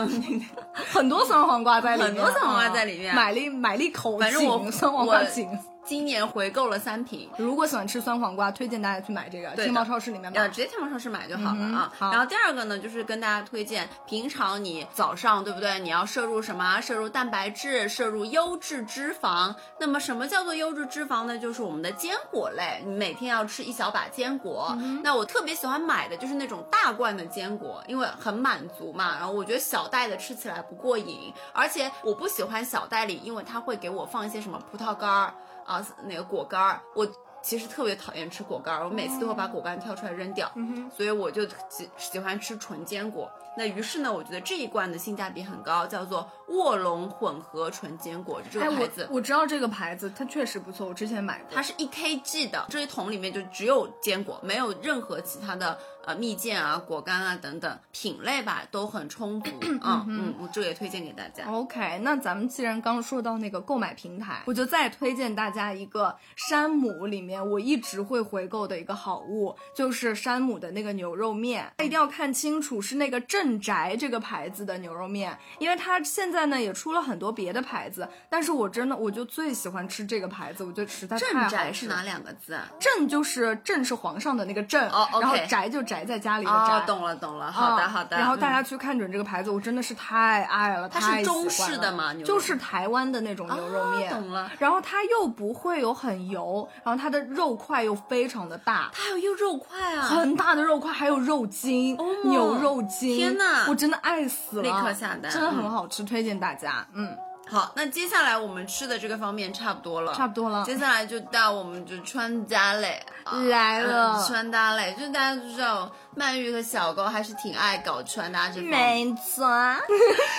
[SPEAKER 2] 很多酸黄瓜在里面，
[SPEAKER 3] 很多酸黄瓜在里面
[SPEAKER 2] 啊买了一买了一口井，
[SPEAKER 3] 反正我
[SPEAKER 2] 酸黄瓜
[SPEAKER 3] 我
[SPEAKER 2] 井。
[SPEAKER 3] 今年回购了三瓶。
[SPEAKER 2] 如果喜欢吃酸黄瓜，推荐大家去买这个
[SPEAKER 3] 对的
[SPEAKER 2] 天猫超市里面
[SPEAKER 3] 呃，
[SPEAKER 2] 买。
[SPEAKER 3] 直接天猫超市买就好了啊
[SPEAKER 2] 嗯、哼好
[SPEAKER 3] 然后第二个呢，就是跟大家推荐，平常你早上对不对？你要摄入什么啊？摄入蛋白质，摄入优质脂肪。那么什么叫做优质脂肪呢？就是我们的坚果类，你每天要吃一小把坚果。
[SPEAKER 2] 嗯
[SPEAKER 3] 那我特别喜欢买的就是那种大罐的坚果，因为很满足嘛。然后我觉得小袋的吃起来不过瘾，而且我不喜欢小袋里，因为它会给我放一些什么葡萄干儿啊，那个果干儿，我。其实特别讨厌吃果干儿，我每次都会
[SPEAKER 2] 嗯
[SPEAKER 3] 把果干挑出来扔掉，所以我就喜喜欢吃纯坚果。那于是呢，我觉得这一罐的性价比很高，叫做卧龙混合纯坚果，就这
[SPEAKER 2] 哎，
[SPEAKER 3] 个牌
[SPEAKER 2] 我
[SPEAKER 3] 子。
[SPEAKER 2] 我知道这个牌子，它确实不错，我之前买过。
[SPEAKER 3] 它是一 kg 的，这一桶里面就只有坚果，没有任何其他的呃蜜饯啊、果干啊等等品类吧，都很充
[SPEAKER 2] [clears throat]
[SPEAKER 3] 足。嗯嗯，我这个也推荐给大
[SPEAKER 2] 哦
[SPEAKER 3] 家。
[SPEAKER 2] OK，那咱们既然刚说到那个购买平台，我就再推荐大家一个山姆里面我一直会回购的一个好物，就是山姆的那个牛肉面。一定要看清楚是那个镇宅这个牌子的牛肉面，因为它现在呢也出了很多别的牌子，但是我真的我就最喜欢吃这个牌子，我觉得实在太好
[SPEAKER 3] 镇
[SPEAKER 2] 吃
[SPEAKER 3] 宅是哪两个字啊？
[SPEAKER 2] 朕就是朕是皇上的那个朕，
[SPEAKER 3] 哦，OK
[SPEAKER 2] 然后宅就宅在家里的宅。
[SPEAKER 3] 哦，懂了懂了，好的
[SPEAKER 2] 啊
[SPEAKER 3] 好的。
[SPEAKER 2] 然后大
[SPEAKER 3] 嗯
[SPEAKER 2] 家去看准这个牌子，我真的是太爱了，
[SPEAKER 3] 它是
[SPEAKER 2] 太喜欢
[SPEAKER 3] 中式的
[SPEAKER 2] 了
[SPEAKER 3] 吗牛肉哦
[SPEAKER 2] 就是台湾的那种牛肉面。
[SPEAKER 3] 嗯懂了。
[SPEAKER 2] 然后它又不会有很油，然后它的肉块又非常的大，
[SPEAKER 3] 它还有又肉块啊，
[SPEAKER 2] 很大的肉块，还有肉筋，
[SPEAKER 3] 哦
[SPEAKER 2] 牛肉筋。
[SPEAKER 3] 天哪
[SPEAKER 2] 我真的爱死了，
[SPEAKER 3] 立刻下单
[SPEAKER 2] 真的很
[SPEAKER 3] 嗯
[SPEAKER 2] 好吃，推荐大家。嗯，
[SPEAKER 3] 好，那接下来我们吃的这个方面差不多了，
[SPEAKER 2] 差不多了。
[SPEAKER 3] 接下来就到我们就穿搭类、啊
[SPEAKER 2] 来了
[SPEAKER 3] 嗯穿搭类，就大家都知道，曼玉和小高还是挺爱搞穿搭这方面。
[SPEAKER 2] 没错。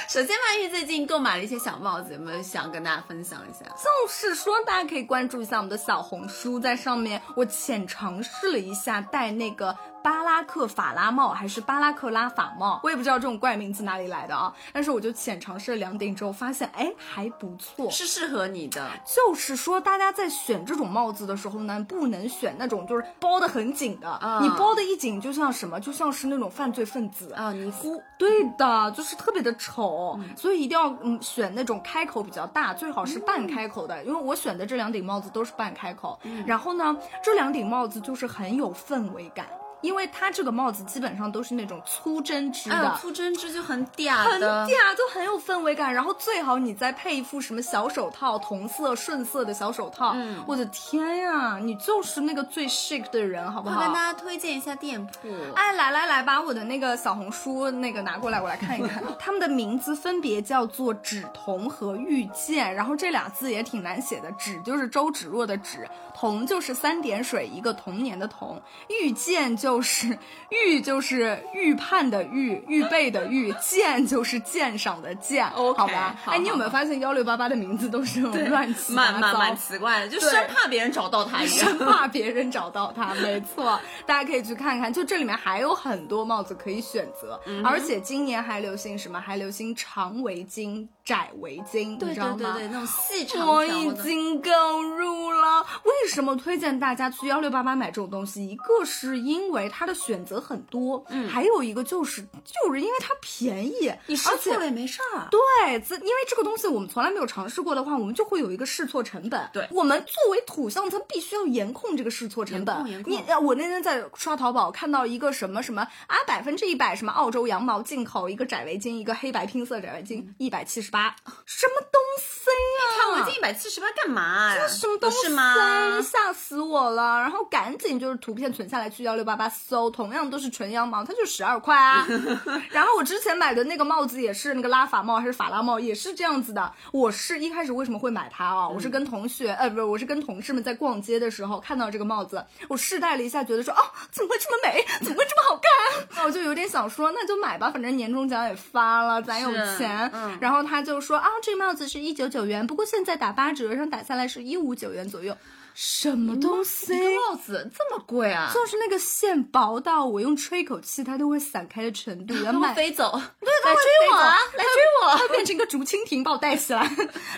[SPEAKER 3] 首先，曼玉最近购买了一些小帽子，有没有想跟大家分享一下？
[SPEAKER 2] 就是说，大家可以关注一下我们的小红书，在上面我浅尝试了一下戴那个巴拉克法拉帽，还是巴拉克拉法帽，我也不知道这种怪名字哪里来的啊。但是我就浅尝试了两顶之后，发现哎还不错。
[SPEAKER 3] 是适合你的，
[SPEAKER 2] 就是说，大家在选这种帽子的时候呢，不能选那种就是包的很紧的，
[SPEAKER 3] 啊
[SPEAKER 2] 你包的一紧就像什么，就像是那种犯罪分子
[SPEAKER 3] 啊尼姑。
[SPEAKER 2] 对的，就是特别的丑，所以一定要嗯选那种开口比较大，最好是
[SPEAKER 3] 嗯
[SPEAKER 2] 半开口的，因为我选的这两顶帽子都是半开口。然后呢，这两顶帽子就是很有氛围感。因为它这个帽子基本上都是那种粗针织
[SPEAKER 3] 哎
[SPEAKER 2] 的，
[SPEAKER 3] 呦，粗针织就很嗲
[SPEAKER 2] 很
[SPEAKER 3] 的，
[SPEAKER 2] 嗲，就很有氛围感。然后最好你再配一副什么小手套，同色顺色的小手套。
[SPEAKER 3] 嗯
[SPEAKER 2] 我的天呀，你就是那个最 chic 的人，好不
[SPEAKER 3] 快
[SPEAKER 2] 好？
[SPEAKER 3] 跟大家推荐一下店铺。
[SPEAKER 2] 哎，来来来，把我的那个小红书那个拿过来，我来看
[SPEAKER 3] [laughs]
[SPEAKER 2] 一看。他们的名字分别叫做芷彤和遇见，然后这俩字也挺难写的。芷就是周芷若的芷，彤就是三点水一个童年的童，遇见就是遇就是预判的预，预备的预，见就是鉴赏的鉴
[SPEAKER 3] OK，
[SPEAKER 2] 好吧？
[SPEAKER 3] 好
[SPEAKER 2] 哎，你有
[SPEAKER 3] 好
[SPEAKER 2] 没有
[SPEAKER 3] 好
[SPEAKER 2] 发现幺六八八的名字都是这种乱七八
[SPEAKER 3] 蛮
[SPEAKER 2] 糟？
[SPEAKER 3] 蛮蛮奇怪的，就
[SPEAKER 2] 对
[SPEAKER 3] 生怕别人找到他一样
[SPEAKER 2] 生。怕别人找到
[SPEAKER 3] [laughs]
[SPEAKER 2] 它。没错，大家可以去看看，就这里面还有很多帽子可以选择，
[SPEAKER 3] 嗯
[SPEAKER 2] 而且今年还流行什么？还流行长围巾、窄围巾，你
[SPEAKER 3] 对
[SPEAKER 2] 知道
[SPEAKER 3] 对
[SPEAKER 2] 吗？
[SPEAKER 3] 对对，那种细长
[SPEAKER 2] 我
[SPEAKER 3] 条
[SPEAKER 2] 已
[SPEAKER 3] 的。
[SPEAKER 2] 经购入了。为什么推荐大家去幺六八八买这种东西？一个是因为它的选择很多，嗯，还有一个就是就是因为它便宜，
[SPEAKER 3] 你试
[SPEAKER 2] 而且
[SPEAKER 3] 错了也没事儿，
[SPEAKER 2] 对，自因为这个东西我们从来没有尝试过的话，我们就会有一个试错成本。
[SPEAKER 3] 对
[SPEAKER 2] 我们作为土象层，必须要严控这个试错成本。
[SPEAKER 3] 严控严控
[SPEAKER 2] 你，呃我那天在刷淘宝看到一个什么什么啊，百分之一百什么澳洲羊毛进口一个窄围巾，一个黑白拼色窄围巾，一百七十八，什么东西
[SPEAKER 3] 嗯看
[SPEAKER 2] 呀、
[SPEAKER 3] 我已经一百七十八干嘛呀？
[SPEAKER 2] 啊这什么东
[SPEAKER 3] 不
[SPEAKER 2] 西？
[SPEAKER 3] 是吗？
[SPEAKER 2] 吓死我了！然后赶紧就是图片存下来去幺六八八搜，同样都是纯羊毛，它就十二块啊。
[SPEAKER 3] [laughs]
[SPEAKER 2] 然后我之前买的那个帽子也是那个拉法帽还是法拉帽，也是这样子的。我是一开始为什么会买它
[SPEAKER 3] 嗯
[SPEAKER 2] 啊？我是跟同学，呃，不是，我是跟同事们在逛街的时候看到这个帽子，我试戴了一下，觉得说哦，怎么会这么美？怎么会这么好看？
[SPEAKER 3] [laughs]
[SPEAKER 2] 那我就有点想说，那就买吧，反正年终奖也发了，咱有
[SPEAKER 3] 是
[SPEAKER 2] 钱。
[SPEAKER 3] 嗯
[SPEAKER 2] 然后他就说啊，这个帽子是一九九元，不过现在打八折，让打下来是一五九元左右。什么东西？
[SPEAKER 3] 一个帽子这么贵啊？
[SPEAKER 2] 就是那个线薄到我用吹口气它都会散开的程 [laughs] 度，要
[SPEAKER 3] 它会
[SPEAKER 2] 买
[SPEAKER 3] 飞走，对，
[SPEAKER 2] 来追我啊，来追
[SPEAKER 3] 我
[SPEAKER 2] 它会变成一个竹蜻蜓把我带起来，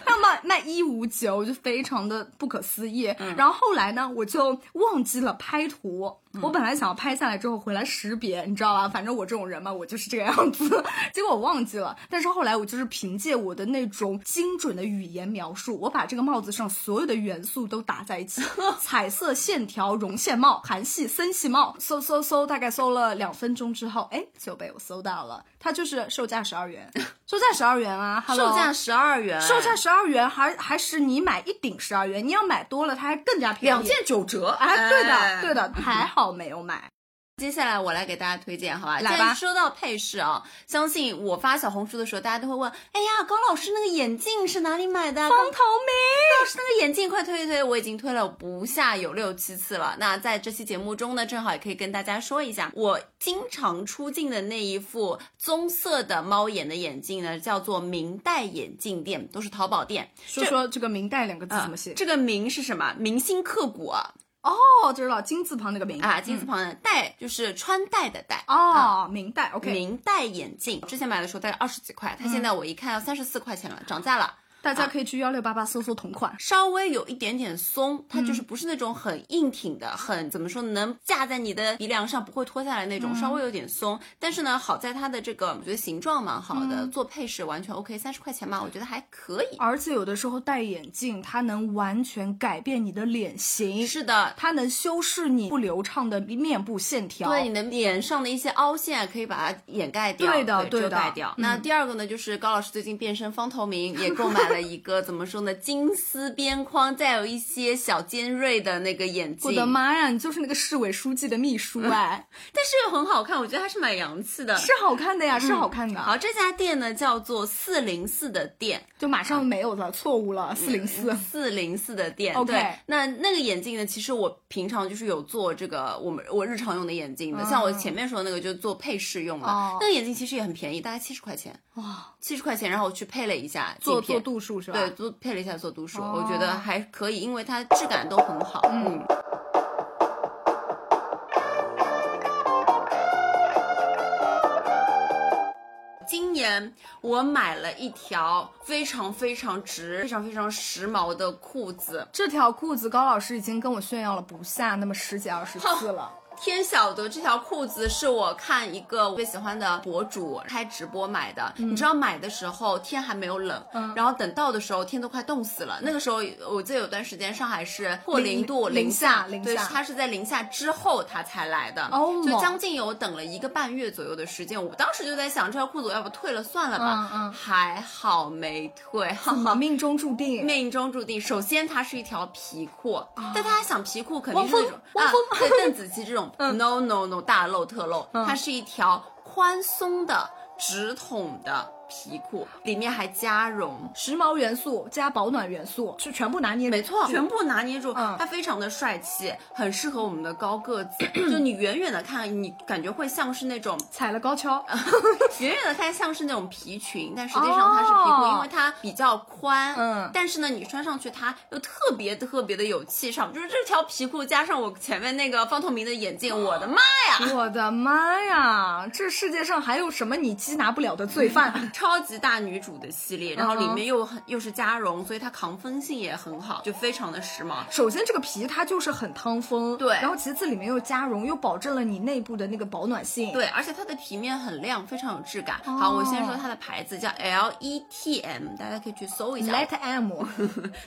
[SPEAKER 2] 要卖卖一五九，我就非常的不可思议。
[SPEAKER 3] 嗯
[SPEAKER 2] 然后后来呢，我就忘记了拍图，
[SPEAKER 3] 嗯
[SPEAKER 2] 我本来想要拍下来之后回来识别，你知道吧？反正我这种人嘛，我就是这个样子。 [laughs] 结果我忘记了，但是后来我就是凭借我的那种精准的语言描述，我把这个帽子上所有的元素都打在
[SPEAKER 3] [laughs]
[SPEAKER 2] 一起，彩色线条绒线帽、韩系森系帽，搜搜搜，大概搜了两分钟之后，哎，就被我搜到了。它就是售价十二
[SPEAKER 3] [laughs]
[SPEAKER 2] 元，售价十二元啊，Hello，
[SPEAKER 3] 售价十二元，
[SPEAKER 2] 售价十二元，还还是你买一顶十二元，你要买多了它还更加便宜。
[SPEAKER 3] 两件九折。
[SPEAKER 2] 哎，对的对
[SPEAKER 3] [laughs]
[SPEAKER 2] 的，还好没有买。
[SPEAKER 3] 接下来我来给大家推荐，好吧？
[SPEAKER 2] 来吧
[SPEAKER 3] 既然说到配饰啊，相信我发小红书的时候，大家都会问：哎呀，高老师那个眼镜是哪里买的啊？高
[SPEAKER 2] 光头明，
[SPEAKER 3] 老师那个眼镜快推一推，我已经推了不下有六七次了。那在这期节目中呢，正好也可以跟大家说一下，我经常出镜的那一副棕色的猫眼的眼镜呢，叫做明代眼镜店，都是淘宝店。
[SPEAKER 2] [laughs]
[SPEAKER 3] 呃
[SPEAKER 2] 说说这个“明代”两个字怎么写？
[SPEAKER 3] 这个明是什么？明星刻骨啊，
[SPEAKER 2] 哦，知道金字旁那个“明”
[SPEAKER 3] 啊，金字旁的戴就是穿戴的戴。
[SPEAKER 2] 哦，明代。OK，
[SPEAKER 3] 明代眼镜，之前买的时候大概二十几块，它现在我一看要三十四块钱了，涨价了。
[SPEAKER 2] 大家可以去幺六八八搜搜同款。
[SPEAKER 3] 稍微有一点点松，它
[SPEAKER 2] 嗯
[SPEAKER 3] 就是不是那种很硬挺的，很怎么说呢，能架在你的鼻梁上不会脱下来那
[SPEAKER 2] 嗯
[SPEAKER 3] 种，稍微有点松。但是呢，好在它的这个我觉得形状蛮好的，
[SPEAKER 2] 嗯
[SPEAKER 3] 做配饰完全 OK，三十块钱嘛，我觉得还可以。
[SPEAKER 2] 而且有的时候戴眼镜，它能完全改变你的脸型，
[SPEAKER 3] 是的。
[SPEAKER 2] 它能修饰你不流畅的面部线条。
[SPEAKER 3] 对你的脸上的一些凹陷可以把它掩盖掉，
[SPEAKER 2] 对的对
[SPEAKER 3] 遮
[SPEAKER 2] 的嗯
[SPEAKER 3] 盖掉。那第二个呢，就是高老师最近变身方头明，也购买了一个怎么说呢，金丝边框，再有一些小尖锐的那个眼镜。
[SPEAKER 2] 我的！妈呀，你就是那个市委书记的秘书哎，
[SPEAKER 3] 但是又很好看，我觉得还是蛮洋气的。
[SPEAKER 2] 是好看的呀，是好看的。
[SPEAKER 3] 好，这家店呢叫做四零四的店，嗯
[SPEAKER 2] 就马上没有了，错误了，四零四。
[SPEAKER 3] 四零四的店。
[SPEAKER 2] OK
[SPEAKER 3] 对，那那个眼镜呢，其实我平常就是有做这个我们我日常用的眼镜的，
[SPEAKER 2] 嗯
[SPEAKER 3] 像我前面说的那个就是做配饰用的，
[SPEAKER 2] 哦
[SPEAKER 3] 那个眼镜其实也很便宜，大概七十块钱，
[SPEAKER 2] 哇，
[SPEAKER 3] 七十块钱，然后我去配了一下
[SPEAKER 2] [laughs] 做
[SPEAKER 3] 镜片
[SPEAKER 2] 做。度数是吧？
[SPEAKER 3] 对，，做配了一下做度数，
[SPEAKER 2] 哦
[SPEAKER 3] 我觉得还可以，因为它质感都很好。嗯，今年我买了一条非常非常值、非常非常时髦的裤子， [laughs]
[SPEAKER 2] 这条裤子高老师已经跟我炫耀了不下那么十几二十次了。
[SPEAKER 3] 天晓得这条裤子是我看一个我最喜欢的博主开直播买的。你知道买的时候天还没有冷，
[SPEAKER 2] 嗯
[SPEAKER 3] 然后等到的时候天都快冻死了。那个时候我记得有段时间上海是破
[SPEAKER 2] 零
[SPEAKER 3] 零度、
[SPEAKER 2] 零下
[SPEAKER 3] 下，
[SPEAKER 2] 零
[SPEAKER 3] 对
[SPEAKER 2] 下，
[SPEAKER 3] 它是在零下之后它才来的。
[SPEAKER 2] 哦
[SPEAKER 3] 所以
[SPEAKER 2] 猛
[SPEAKER 3] 将近有等了一个半月左右的时间。我当时就在想，这条裤子我要不退了算了吧。
[SPEAKER 2] 嗯嗯
[SPEAKER 3] 还好没退，哈哈。
[SPEAKER 2] 命中注定。
[SPEAKER 3] 命中注定，首先它是一条皮裤，但大家想皮裤肯定是
[SPEAKER 2] 啊汪
[SPEAKER 3] 那
[SPEAKER 2] 峰
[SPEAKER 3] 种
[SPEAKER 2] 汪
[SPEAKER 3] 啊
[SPEAKER 2] 峰，
[SPEAKER 3] 对邓紫棋这种、
[SPEAKER 2] [laughs] 嗯
[SPEAKER 3] no no no 大漏特漏，
[SPEAKER 2] 嗯
[SPEAKER 3] 它是一条宽松的直筒的皮裤，里面还加绒。
[SPEAKER 2] 时髦元素加保暖元素是全部拿捏，
[SPEAKER 3] 没错，全部拿捏住，
[SPEAKER 2] 嗯
[SPEAKER 3] 它非常的帅气，很适合我们的高个
[SPEAKER 2] [clears throat]
[SPEAKER 3] 子。就你远远的看，你感觉会像是那种
[SPEAKER 2] 踩了高
[SPEAKER 3] [laughs]
[SPEAKER 2] 跷。
[SPEAKER 3] 远远的看像是那种皮裙，但实际上它是皮裤，
[SPEAKER 2] 哦
[SPEAKER 3] 因为它比较宽。
[SPEAKER 2] 嗯
[SPEAKER 3] 但是呢，你穿上去它又特别特别的有气场，就是这条皮裤加上我前面那个方透明的眼
[SPEAKER 2] 哦
[SPEAKER 3] 镜，我的妈呀，
[SPEAKER 2] 我的妈呀！这世界上还有什么你缉拿不了的罪
[SPEAKER 3] [laughs]
[SPEAKER 2] 犯？
[SPEAKER 3] 超级大女主的系列，然后
[SPEAKER 2] 嗯哼
[SPEAKER 3] 里面又很又是加绒，所以它抗风性也很好，就非常的时髦。
[SPEAKER 2] 首先，这个皮它就是很烫风，
[SPEAKER 3] 对
[SPEAKER 2] 然后其次，里面又加绒，又保证了你内部的那个保暖性。，
[SPEAKER 3] 对，而且它的皮面很亮，非常有质感。
[SPEAKER 2] 哦
[SPEAKER 3] 好，我先说它的牌子叫 L E T M，大家可以去搜一下。
[SPEAKER 2] Let M，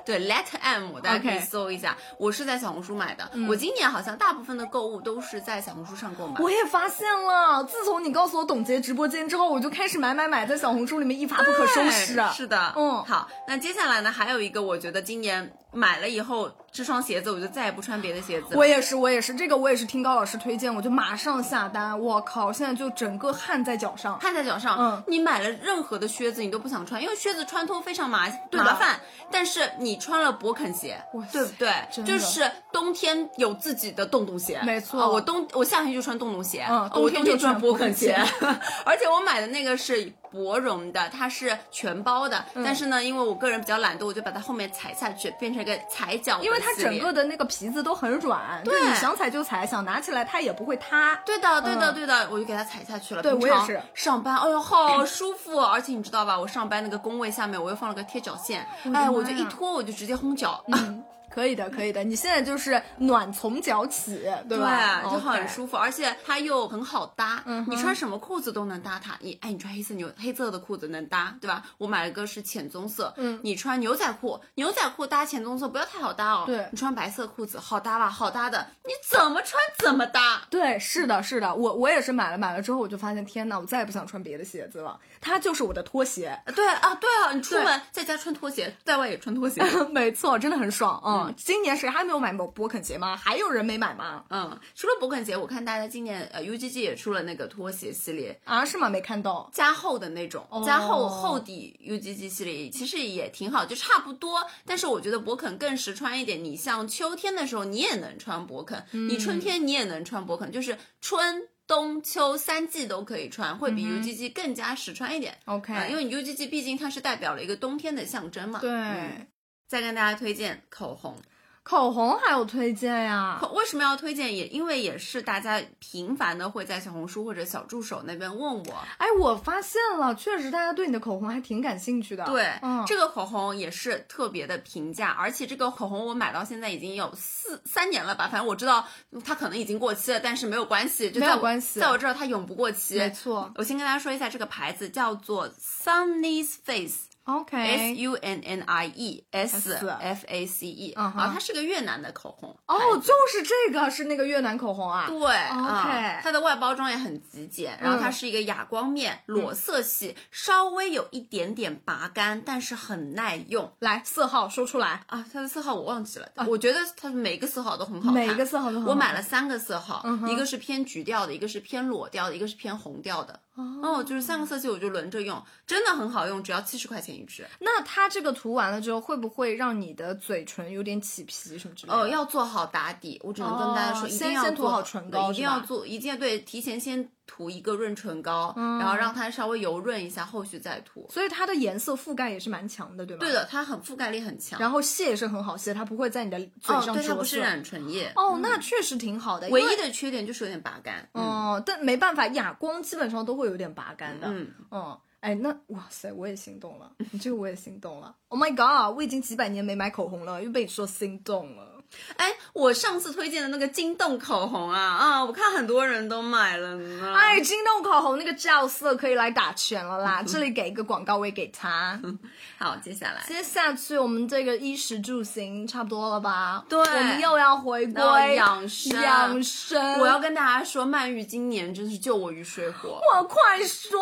[SPEAKER 3] 对，Let M，大家可以
[SPEAKER 2] OK 嗯
[SPEAKER 3] 搜一下。我是在小红书买的，我今年好像大部分的购物都是在小红书上购买。
[SPEAKER 2] 我也发现了。自从你告诉我董洁直播间之后，我就开始买买买，在小红书里面一发不可收拾啊！
[SPEAKER 3] 对哎是的，
[SPEAKER 2] 嗯
[SPEAKER 3] 好，那接下来呢，还有一个，我觉得今年买了以后，这双鞋子我就再也不穿别的鞋子了。
[SPEAKER 2] 我也是，我也是，这个我也是听高老师推荐，我就马上下单。我靠，现在就整个汗在脚上。
[SPEAKER 3] 汗在脚上，
[SPEAKER 2] 嗯
[SPEAKER 3] 你买了任何的靴子，你都不想穿，因为靴子穿脱非常麻
[SPEAKER 2] 对的
[SPEAKER 3] 麻烦。但是你穿了勃肯鞋
[SPEAKER 2] 哇塞，
[SPEAKER 3] 对不
[SPEAKER 2] 真
[SPEAKER 3] 对？就
[SPEAKER 2] 的
[SPEAKER 3] 是冬天有自己的洞洞鞋，
[SPEAKER 2] 没错
[SPEAKER 3] 啊我冬我夏天就穿洞洞鞋，
[SPEAKER 2] 嗯
[SPEAKER 3] 啊
[SPEAKER 2] 冬
[SPEAKER 3] 我
[SPEAKER 2] 天
[SPEAKER 3] 冬
[SPEAKER 2] 就
[SPEAKER 3] 天穿
[SPEAKER 2] 穿勃
[SPEAKER 3] 勃
[SPEAKER 2] 肯
[SPEAKER 3] 肯鞋
[SPEAKER 2] 鞋，
[SPEAKER 3] [laughs] 而且我买的那个是薄绒的，它是全包的。
[SPEAKER 2] 嗯
[SPEAKER 3] 但是呢，因为我个人比较懒惰，我就把它后面踩下去，变成一个踩脚的系列，
[SPEAKER 2] 因为它整个的那个皮子都很软，
[SPEAKER 3] 对
[SPEAKER 2] 就你想踩就踩，想拿起来它也不会塌。
[SPEAKER 3] 对的，对的，
[SPEAKER 2] 嗯
[SPEAKER 3] 对的，我就给它踩下去了。
[SPEAKER 2] 对
[SPEAKER 3] 平
[SPEAKER 2] 我也
[SPEAKER 3] 常
[SPEAKER 2] 是
[SPEAKER 3] 上班，哎呦，好舒服！啊 [laughs] 而且你知道吧，我上班那个工位下面我又放了个贴脚线，
[SPEAKER 2] 的
[SPEAKER 3] 哎，
[SPEAKER 2] 妈
[SPEAKER 3] 我就一
[SPEAKER 2] 呀
[SPEAKER 3] 脱我就直接烘脚，
[SPEAKER 2] 嗯，可以的，可以的。你现在就是暖从脚起，对吧？
[SPEAKER 3] 啊就很
[SPEAKER 2] OK
[SPEAKER 3] 舒服，而且它又很好搭。
[SPEAKER 2] 嗯哼
[SPEAKER 3] 你穿什么裤子都能搭它。你哎，你穿黑色牛黑色的裤子能搭，对吧？我买了个是浅棕色，
[SPEAKER 2] 嗯
[SPEAKER 3] 你穿牛仔裤，牛仔裤搭浅棕色不要太好搭哦。
[SPEAKER 2] 对
[SPEAKER 3] 你穿白色裤子好搭吧？好搭的，你怎么穿怎么搭。
[SPEAKER 2] 对，是的，是的，我我也是买了，买了之后我就发现，天呐，我再也不想穿别的鞋子了，它就是我的拖鞋。
[SPEAKER 3] 对啊，对啊，你出
[SPEAKER 2] 对
[SPEAKER 3] 门在家穿拖鞋，在外也穿拖鞋。
[SPEAKER 2] [laughs] 没错，真的很爽啊、嗯！今年谁还没有买勃肯鞋吗？还有人没买吗？
[SPEAKER 3] 嗯，除了勃肯鞋，我看大家今年呃 UGG 也出了那个拖鞋系列，
[SPEAKER 2] 啊，是吗？没看到。
[SPEAKER 3] 加厚的那种，加厚厚底 UGG 系列其实也挺好，就差不多。但是我觉得勃肯更实穿一点，你像秋天的时候你也能穿勃肯，你春天你也能穿勃肯，就是春。冬秋三季都可以穿，会比 UGG 更加实穿一点。
[SPEAKER 2] OK
[SPEAKER 3] 呃因为 UGG 毕竟它是代表了一个冬天的象征嘛。
[SPEAKER 2] 对，
[SPEAKER 3] 嗯再跟大家推荐口红，
[SPEAKER 2] 口红还有推荐呀？
[SPEAKER 3] 口为什么要推荐也？因为也是大家频繁的会在小红书或者小助手那边问我。
[SPEAKER 2] 哎，我发现了，确实大家对你的口红还挺感兴趣的。
[SPEAKER 3] 对，
[SPEAKER 2] 嗯，
[SPEAKER 3] 这个口红也是特别的平价，而且这个口红我买到现在已经有四三年了吧，反正我知道它可能已经过期了，但是没有关系，就
[SPEAKER 2] 没
[SPEAKER 3] 在
[SPEAKER 2] 有
[SPEAKER 3] 我
[SPEAKER 2] 关系
[SPEAKER 3] 在我这儿它永不过期。
[SPEAKER 2] 没错。
[SPEAKER 3] 我先跟大家说一下这个牌子，叫做 Sunny's Face。S
[SPEAKER 2] 哎 OK。
[SPEAKER 3] U N N I E S
[SPEAKER 2] S
[SPEAKER 3] F A C E
[SPEAKER 2] 嗯哼
[SPEAKER 3] 啊，它是个越南的口红
[SPEAKER 2] 哦，就是这个是那个越南口红啊。
[SPEAKER 3] 对啊
[SPEAKER 2] OK
[SPEAKER 3] 它的外包装也很极简，然后它
[SPEAKER 2] 嗯
[SPEAKER 3] 是一个哑光面、裸色系，稍微有一点点拔干，但是很耐用。
[SPEAKER 2] 来，色号说出来。啊
[SPEAKER 3] 啊，它的色号我忘记了，我觉得它每个色号都很好看。
[SPEAKER 2] 每个色号都很好
[SPEAKER 3] 我买
[SPEAKER 2] 看
[SPEAKER 3] 了三个色号，
[SPEAKER 2] 嗯哼
[SPEAKER 3] 一个是偏橘调的，一个是偏裸调的，一个是偏红调的。
[SPEAKER 2] 哦，
[SPEAKER 3] 哦，就是三个色系我就轮着用，真的很好用，只要七十块钱一支。
[SPEAKER 2] 那它这个涂完了之后，会不会让你的嘴唇有点起皮什么之类的？
[SPEAKER 3] 哦，要做好打底，我只能跟大家说，
[SPEAKER 2] 哦
[SPEAKER 3] 一
[SPEAKER 2] 先
[SPEAKER 3] 定要
[SPEAKER 2] 先涂
[SPEAKER 3] 做
[SPEAKER 2] 好唇膏
[SPEAKER 3] 对一
[SPEAKER 2] 是
[SPEAKER 3] 定要
[SPEAKER 2] 吧
[SPEAKER 3] 做，一定要对，提前先涂一个润唇膏，
[SPEAKER 2] 嗯
[SPEAKER 3] 然后让它稍微油润一下，后续再涂。
[SPEAKER 2] 所以它的颜色覆盖也是蛮强的，对吗？
[SPEAKER 3] 对。的，它很覆盖力很强，
[SPEAKER 2] 然后卸也是很好卸，它不会在你的嘴
[SPEAKER 3] 哦，
[SPEAKER 2] 上
[SPEAKER 3] 对，它
[SPEAKER 2] 着
[SPEAKER 3] 不是
[SPEAKER 2] 色。
[SPEAKER 3] 染唇液，
[SPEAKER 2] 哦，那确实挺好的。
[SPEAKER 3] 嗯唯
[SPEAKER 2] 因为
[SPEAKER 3] 一的缺点就是有点拔干。嗯
[SPEAKER 2] 哦，但没办法，哑光基本上都会有点拔干的。
[SPEAKER 3] 嗯，
[SPEAKER 2] 嗯，哎，那哇塞，我也心动了，你这个我也心动了。Oh my god，我已经几百年没买口红了，又被你说心动了。
[SPEAKER 3] 哎，我上次推荐的那个金冻口红啊啊，我看很多人都买了呢。
[SPEAKER 2] 哎，金动口红那个角色可以来打拳了啦！这里给一个广告位给他。
[SPEAKER 3] 嗯好，接下来
[SPEAKER 2] 接下去我们这个衣食住行差不多了吧？
[SPEAKER 3] 对
[SPEAKER 2] 我们又要回归
[SPEAKER 3] 到养生
[SPEAKER 2] 养生。
[SPEAKER 3] 我要跟大家说，鳗鱼今年真是救我于水火。
[SPEAKER 2] [laughs] 我快说！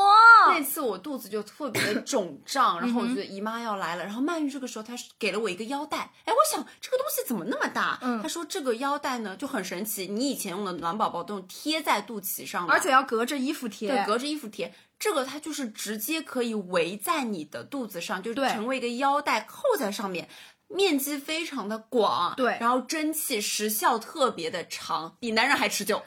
[SPEAKER 3] 那次我肚子就特别 [coughs] 的肿胀，然后我觉得姨妈要来了，然后曼玉这个时候她是给了我一个腰带，哎，我想这个东西怎么那么大？她说这个腰带呢就很神奇，你以前用的暖宝宝都贴在肚脐上的，
[SPEAKER 2] 而且要隔着衣服贴。
[SPEAKER 3] 对隔着衣服贴，这个它就是直接可以围在你的肚子上，就
[SPEAKER 2] 对
[SPEAKER 3] 成为一个腰带扣在上面。面积非常的广，
[SPEAKER 2] 对
[SPEAKER 3] 然后蒸汽时效特别的长，比男人还持久。 [laughs]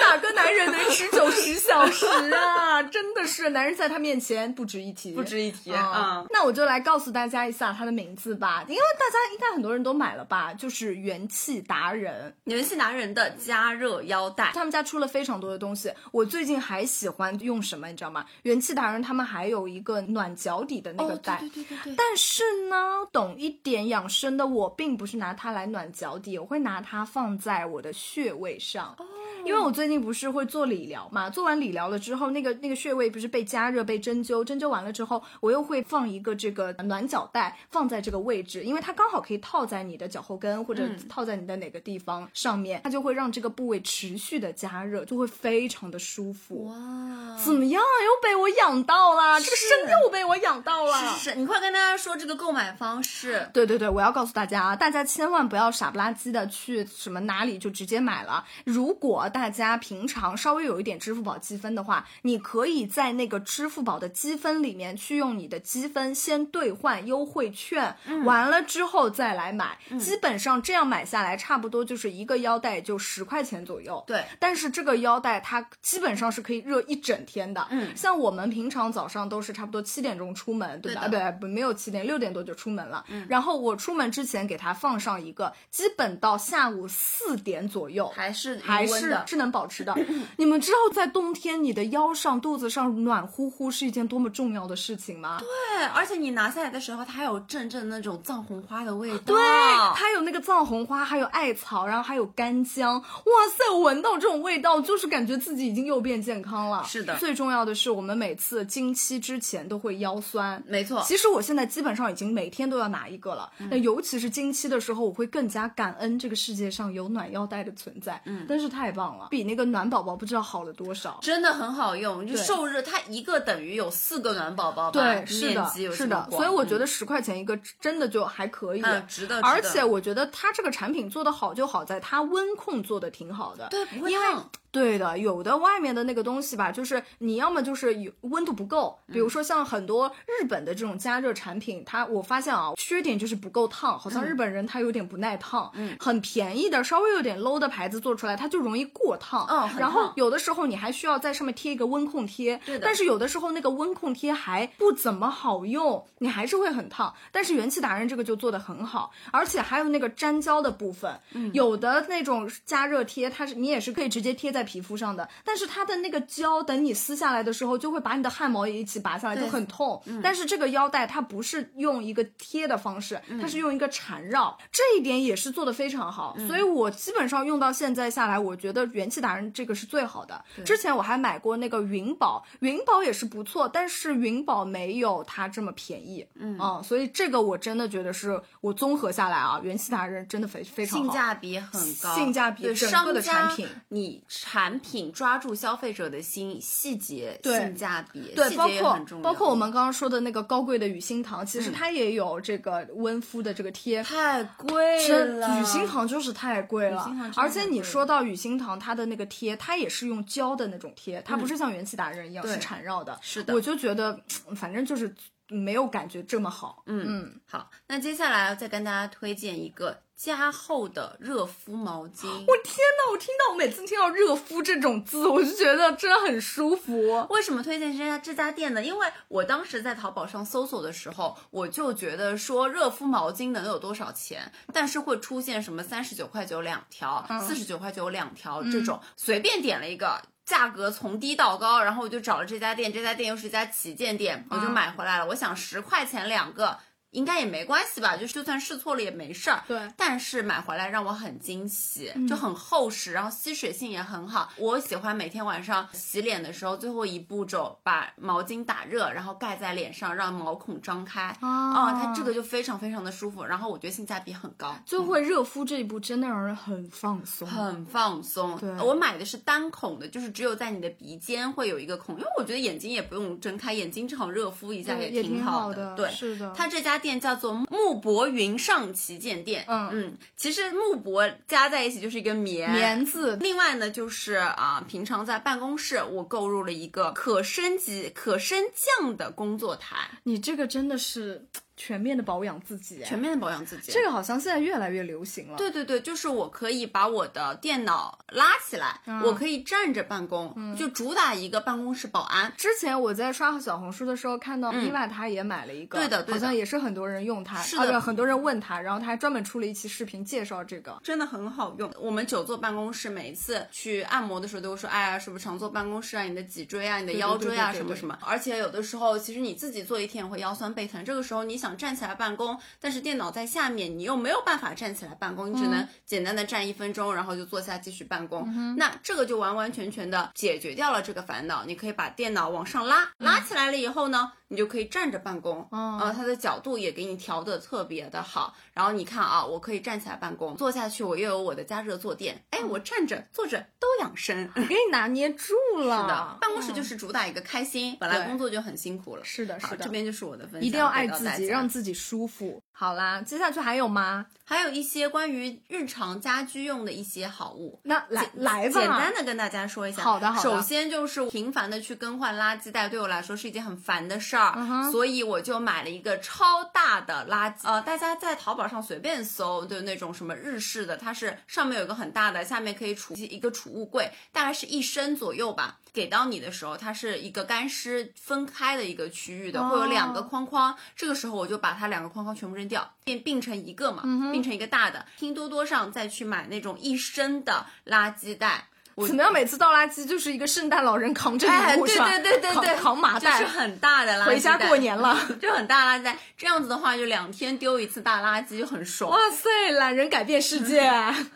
[SPEAKER 2] 哪个男人能持久十小时啊？ [laughs] 真的是，男人在他面前不值一提，
[SPEAKER 3] 不值一提
[SPEAKER 2] 啊。
[SPEAKER 3] 嗯
[SPEAKER 2] 那我就来告诉大家一下他的名字吧，因为大家应该很多人都买了吧，就是元气达人，
[SPEAKER 3] 元气男人的加热腰带，
[SPEAKER 2] 他们家出了非常多的东西。我最近还喜欢用什么，你知道吗？元气达人他们还有一个暖脚底的那个带。
[SPEAKER 3] 哦对对对
[SPEAKER 2] 但是呢，懂一点养生的我，并不是拿它来暖脚底，我会拿它放在我的穴位上。因为我最近不是会做理疗嘛，做完理疗了之后，那个那个穴位不是被加热、被针灸，针灸完了之后，我又会放一个这个暖脚带放在这个位置，因为它刚好可以套在你的脚后跟或者套在你的哪个地方上面，它就会让这个部位持续的加热，就会非常的舒服。
[SPEAKER 3] 哇，
[SPEAKER 2] 怎么样？啊又被我养到啦！这个深又被我养到啦！
[SPEAKER 3] 是是是，你快跟大家说这个购买方式。
[SPEAKER 2] 对对对，我要告诉大家啊，大家千万不要傻不拉几的去什么哪里就直接买了。如果大家平常稍微有一点支付宝积分的话，你可以在那个支付宝的积分里面去用你的积分先兑换优惠券，完了之后再来买。基本上这样买下来，差不多就是一个腰带也就十块钱左右。
[SPEAKER 3] 对，
[SPEAKER 2] 但是这个腰带它基本上是可以热一整天的。
[SPEAKER 3] 嗯
[SPEAKER 2] 像我们平常早上都是差不多七点钟出门，对吧？
[SPEAKER 3] 对嗯
[SPEAKER 2] 啊不不没有七点，六点多就出门了。然后我出门之前给它放上一个，基本到下午四点左右。
[SPEAKER 3] 还是
[SPEAKER 2] 还
[SPEAKER 3] 余温
[SPEAKER 2] 是
[SPEAKER 3] 的
[SPEAKER 2] 是能保持
[SPEAKER 3] [clears throat]
[SPEAKER 2] 的。你们知道在冬天你的腰上、肚子上暖乎乎是一件多么重要的事情吗？
[SPEAKER 3] 对，而且你拿下来的时候，它还有阵阵那种藏红花的味道。
[SPEAKER 2] 对，
[SPEAKER 3] 啊
[SPEAKER 2] 它有那个藏红花，还有艾草，然后还有干姜。哇塞，我闻到这种味道，就是感觉自己已经又变健康了。
[SPEAKER 3] 是的
[SPEAKER 2] 最重要的是，我们每次经期之前都会腰酸。
[SPEAKER 3] 没错，嗯
[SPEAKER 2] 其实我现在基本上已经每天都要拿一个了，那、尤其是经期的时候，我会更加感恩这个世界上有暖腰带的存在，嗯，真是太棒了，比那个暖宝宝不知道好了多少。
[SPEAKER 3] 真的很好用，就
[SPEAKER 2] 对
[SPEAKER 3] 受热，它一个等于有四个暖宝宝吧，
[SPEAKER 2] 对，是
[SPEAKER 3] 面
[SPEAKER 2] 的
[SPEAKER 3] 积有，
[SPEAKER 2] 是
[SPEAKER 3] 这么
[SPEAKER 2] 的，
[SPEAKER 3] 广
[SPEAKER 2] 所以我
[SPEAKER 3] 嗯
[SPEAKER 2] 觉得十块钱一个真的就还可以，
[SPEAKER 3] 嗯值得值得
[SPEAKER 2] 而且我觉得它这个产品做的好就好在它温控做的挺好的，
[SPEAKER 3] 对不会
[SPEAKER 2] 因为
[SPEAKER 3] 烫。
[SPEAKER 2] 对的，有的外面的那个东西吧，就是你要么就是有温度不够，比
[SPEAKER 3] 嗯
[SPEAKER 2] 如说像很多日本的这种加热产品，它我发现啊，缺点就是不够烫，好像
[SPEAKER 3] 嗯
[SPEAKER 2] 日本人他有点不耐烫。嗯，很便宜的，稍微有点 low 的牌子做出来，它就容易过烫。
[SPEAKER 3] 嗯很
[SPEAKER 2] 然后
[SPEAKER 3] 烫
[SPEAKER 2] 有的时候你还需要在上面贴一个温控贴，
[SPEAKER 3] 对的
[SPEAKER 2] 但是有的时候那个温控贴还不怎么好用，你还是会很烫。但是元气达人这个就做的很好，而且还有那个粘胶的部分，有的那种加热贴，它是你也是可以直接贴在皮肤上的，但是它的那个胶，等你撕下来的时候，就会把你的汗毛也一起拔下来，
[SPEAKER 3] 对
[SPEAKER 2] 就很痛。
[SPEAKER 3] 嗯
[SPEAKER 2] 但是这个腰带它不是用一个贴的方式，
[SPEAKER 3] 嗯
[SPEAKER 2] 它是用一个缠绕，这一点也是做的非常好。
[SPEAKER 3] 嗯
[SPEAKER 2] 所以我基本上用到现在下来，我觉得元气达人这个是最好的。之前我还买过那个云宝，云宝也是不错，但是云宝没有它这么便宜。嗯所以这个我真的觉得是我综合下来啊，元气达人真的非非常好。
[SPEAKER 3] 性价比很高，
[SPEAKER 2] 性价比
[SPEAKER 3] 对
[SPEAKER 2] 整
[SPEAKER 3] 商
[SPEAKER 2] 个的
[SPEAKER 3] 家
[SPEAKER 2] 产品，
[SPEAKER 3] 你产品抓住消费者的心，细节、
[SPEAKER 2] 对
[SPEAKER 3] 性价比，
[SPEAKER 2] 对，
[SPEAKER 3] 细
[SPEAKER 2] 包
[SPEAKER 3] 节也
[SPEAKER 2] 括
[SPEAKER 3] 很重要。嗯
[SPEAKER 2] 包括我们刚刚说的那个高贵的雨欣堂，其实它也有这个温敷的这个贴。
[SPEAKER 3] 太贵
[SPEAKER 2] 真
[SPEAKER 3] 了，
[SPEAKER 2] 雨欣堂就是太贵
[SPEAKER 3] 雨
[SPEAKER 2] 了
[SPEAKER 3] 欣堂真的，
[SPEAKER 2] 而且
[SPEAKER 3] 很贵
[SPEAKER 2] 你说到雨欣堂，它的那个贴，它也是用胶的那种贴，它不是像元气达人一样
[SPEAKER 3] 嗯对
[SPEAKER 2] 是缠绕的。
[SPEAKER 3] 是的
[SPEAKER 2] 我就觉得，嗯反正就是没有感觉这么好。
[SPEAKER 3] 嗯
[SPEAKER 2] 嗯，
[SPEAKER 3] 好，那接下来再跟大家推荐一个加厚的热敷毛巾。
[SPEAKER 2] 我天呐，我听到我每次听到热敷这种字，我就觉得真的很舒服。
[SPEAKER 3] 为什么推荐这家这家店呢？因为我当时在淘宝上搜索的时候，我就觉得说热敷毛巾能有多少钱，但是会出现什么三十九块九两条、
[SPEAKER 2] 嗯
[SPEAKER 3] 四十九块九两条这种，随便点了一个。价格从低到高，
[SPEAKER 2] 嗯
[SPEAKER 3] 然后我就找了这家店，这家店又是一家旗舰店，我就买回来了。我想十块钱两个，应该也没关系吧，就是就算试错了也没事儿。
[SPEAKER 2] 对
[SPEAKER 3] 但是买回来让我很惊喜，
[SPEAKER 2] 嗯
[SPEAKER 3] 就很厚实，然后吸水性也很好。我喜欢每天晚上洗脸的时候，最后一步骤把毛巾打热，然后盖在脸上，让毛孔张开。哦
[SPEAKER 2] 啊
[SPEAKER 3] 它这个就非常非常的舒服，然后我觉得性价比很高。
[SPEAKER 2] 就会热敷这一步真的让人很放松。
[SPEAKER 3] 很放松
[SPEAKER 2] 嗯对，
[SPEAKER 3] 我买的是单孔的，就是只有在你的鼻尖会有一个孔，因为我觉得眼睛也不用睁开，眼睛正好热敷一下
[SPEAKER 2] 对也
[SPEAKER 3] 挺
[SPEAKER 2] 挺
[SPEAKER 3] 好
[SPEAKER 2] 好的
[SPEAKER 3] 对，
[SPEAKER 2] 是的
[SPEAKER 3] 它这家店叫做木博云上旗舰店。
[SPEAKER 2] 嗯
[SPEAKER 3] 嗯，其实木博加在一起就是一个棉
[SPEAKER 2] 棉字
[SPEAKER 3] 另外呢，就是啊，平常在办公室，我购入了一个可升级、可升降的工作台，
[SPEAKER 2] 你这个真的是全面的保养自己哎，
[SPEAKER 3] 全面的保养自己。
[SPEAKER 2] 这个好像现在越来越流行了。
[SPEAKER 3] 对对对，就是我可以把我的电脑拉起来，
[SPEAKER 2] 嗯
[SPEAKER 3] 我可以站着办公，就主打一个办公室保安。
[SPEAKER 2] 之前我在刷小红书的时候看到 Viva 她也买了一个，
[SPEAKER 3] 嗯对的对的
[SPEAKER 2] 好像也是很多人用它，
[SPEAKER 3] 是的
[SPEAKER 2] 啊对很多人问她，然后她还专门出了一期视频介绍这个。
[SPEAKER 3] 真的很好用。我们久坐办公室，每一次去按摩的时候都会说，哎呀，是不是常坐办公室啊？你的脊椎啊，你的腰椎啊，
[SPEAKER 2] 对对对
[SPEAKER 3] 什
[SPEAKER 2] 对对
[SPEAKER 3] 么什么。而且有的时候，其实你自己坐一天也会腰酸背疼。这个时候你想站起来办公，但是电脑在下面，你又没有办法站起来办公，你
[SPEAKER 2] 嗯
[SPEAKER 3] 只能简单的站一分钟，然后就坐下继续办公。
[SPEAKER 2] 嗯
[SPEAKER 3] 那这个就完完全全的解决掉了这个烦恼。你可以把电脑往上拉，拉起来了以后呢，你就可以站着办公。
[SPEAKER 2] 嗯哦
[SPEAKER 3] 呃，它的角度也给你调的特别的好。然后你看啊，我可以站起来办公，坐下去我又有我的加热坐垫，哎，
[SPEAKER 2] 嗯
[SPEAKER 3] 我站着坐着都养生。
[SPEAKER 2] 给你拿捏住了，
[SPEAKER 3] 是的，办公室就是主打一个开心，本来
[SPEAKER 2] 啊嗯对
[SPEAKER 3] 工作就很辛苦了。
[SPEAKER 2] 是的，
[SPEAKER 3] 好
[SPEAKER 2] 是的，
[SPEAKER 3] 这边就是我的分享，
[SPEAKER 2] 一定要
[SPEAKER 3] 给
[SPEAKER 2] 爱
[SPEAKER 3] 到
[SPEAKER 2] 自
[SPEAKER 3] 大
[SPEAKER 2] 己，
[SPEAKER 3] 家
[SPEAKER 2] 让自己舒服。好啦，接下去还有吗？
[SPEAKER 3] 还有一些关于日常家居用的一些好物。
[SPEAKER 2] 那来
[SPEAKER 3] 简
[SPEAKER 2] 来吧，
[SPEAKER 3] 简单的跟大家说一下。
[SPEAKER 2] 好的好的
[SPEAKER 3] 首先就是频繁的去更换垃圾袋，对我来说是一件很烦的事儿
[SPEAKER 2] 嗯哼
[SPEAKER 3] 所以我就买了一个超大的垃圾。呃，大家在淘宝上随便搜，就那种什么日式的，它是上面有一个很大的，下面可以储一个储物柜，大概是一升左右吧。给到你的时候，它是一个干湿分开的一个区域的，会有两个框框。这个时候我就把它两个框框全部扔掉，并并成一个嘛，
[SPEAKER 2] 嗯
[SPEAKER 3] 并成一个大的。拼多多上再去买那种一升的垃圾袋。我
[SPEAKER 2] 怎么样？每次倒垃圾就是一个圣诞老人扛着
[SPEAKER 3] 哎，
[SPEAKER 2] 礼物
[SPEAKER 3] 对
[SPEAKER 2] 是吧？
[SPEAKER 3] 对对对对，
[SPEAKER 2] 扛扛马袋
[SPEAKER 3] 就是很大的垃圾袋
[SPEAKER 2] 回家过，年了。
[SPEAKER 3] [laughs] 就很大垃圾袋。这样子的话，就两天丢一次大垃圾，就很爽
[SPEAKER 2] 哇。塞，懒人改变世
[SPEAKER 3] [laughs]
[SPEAKER 2] 界，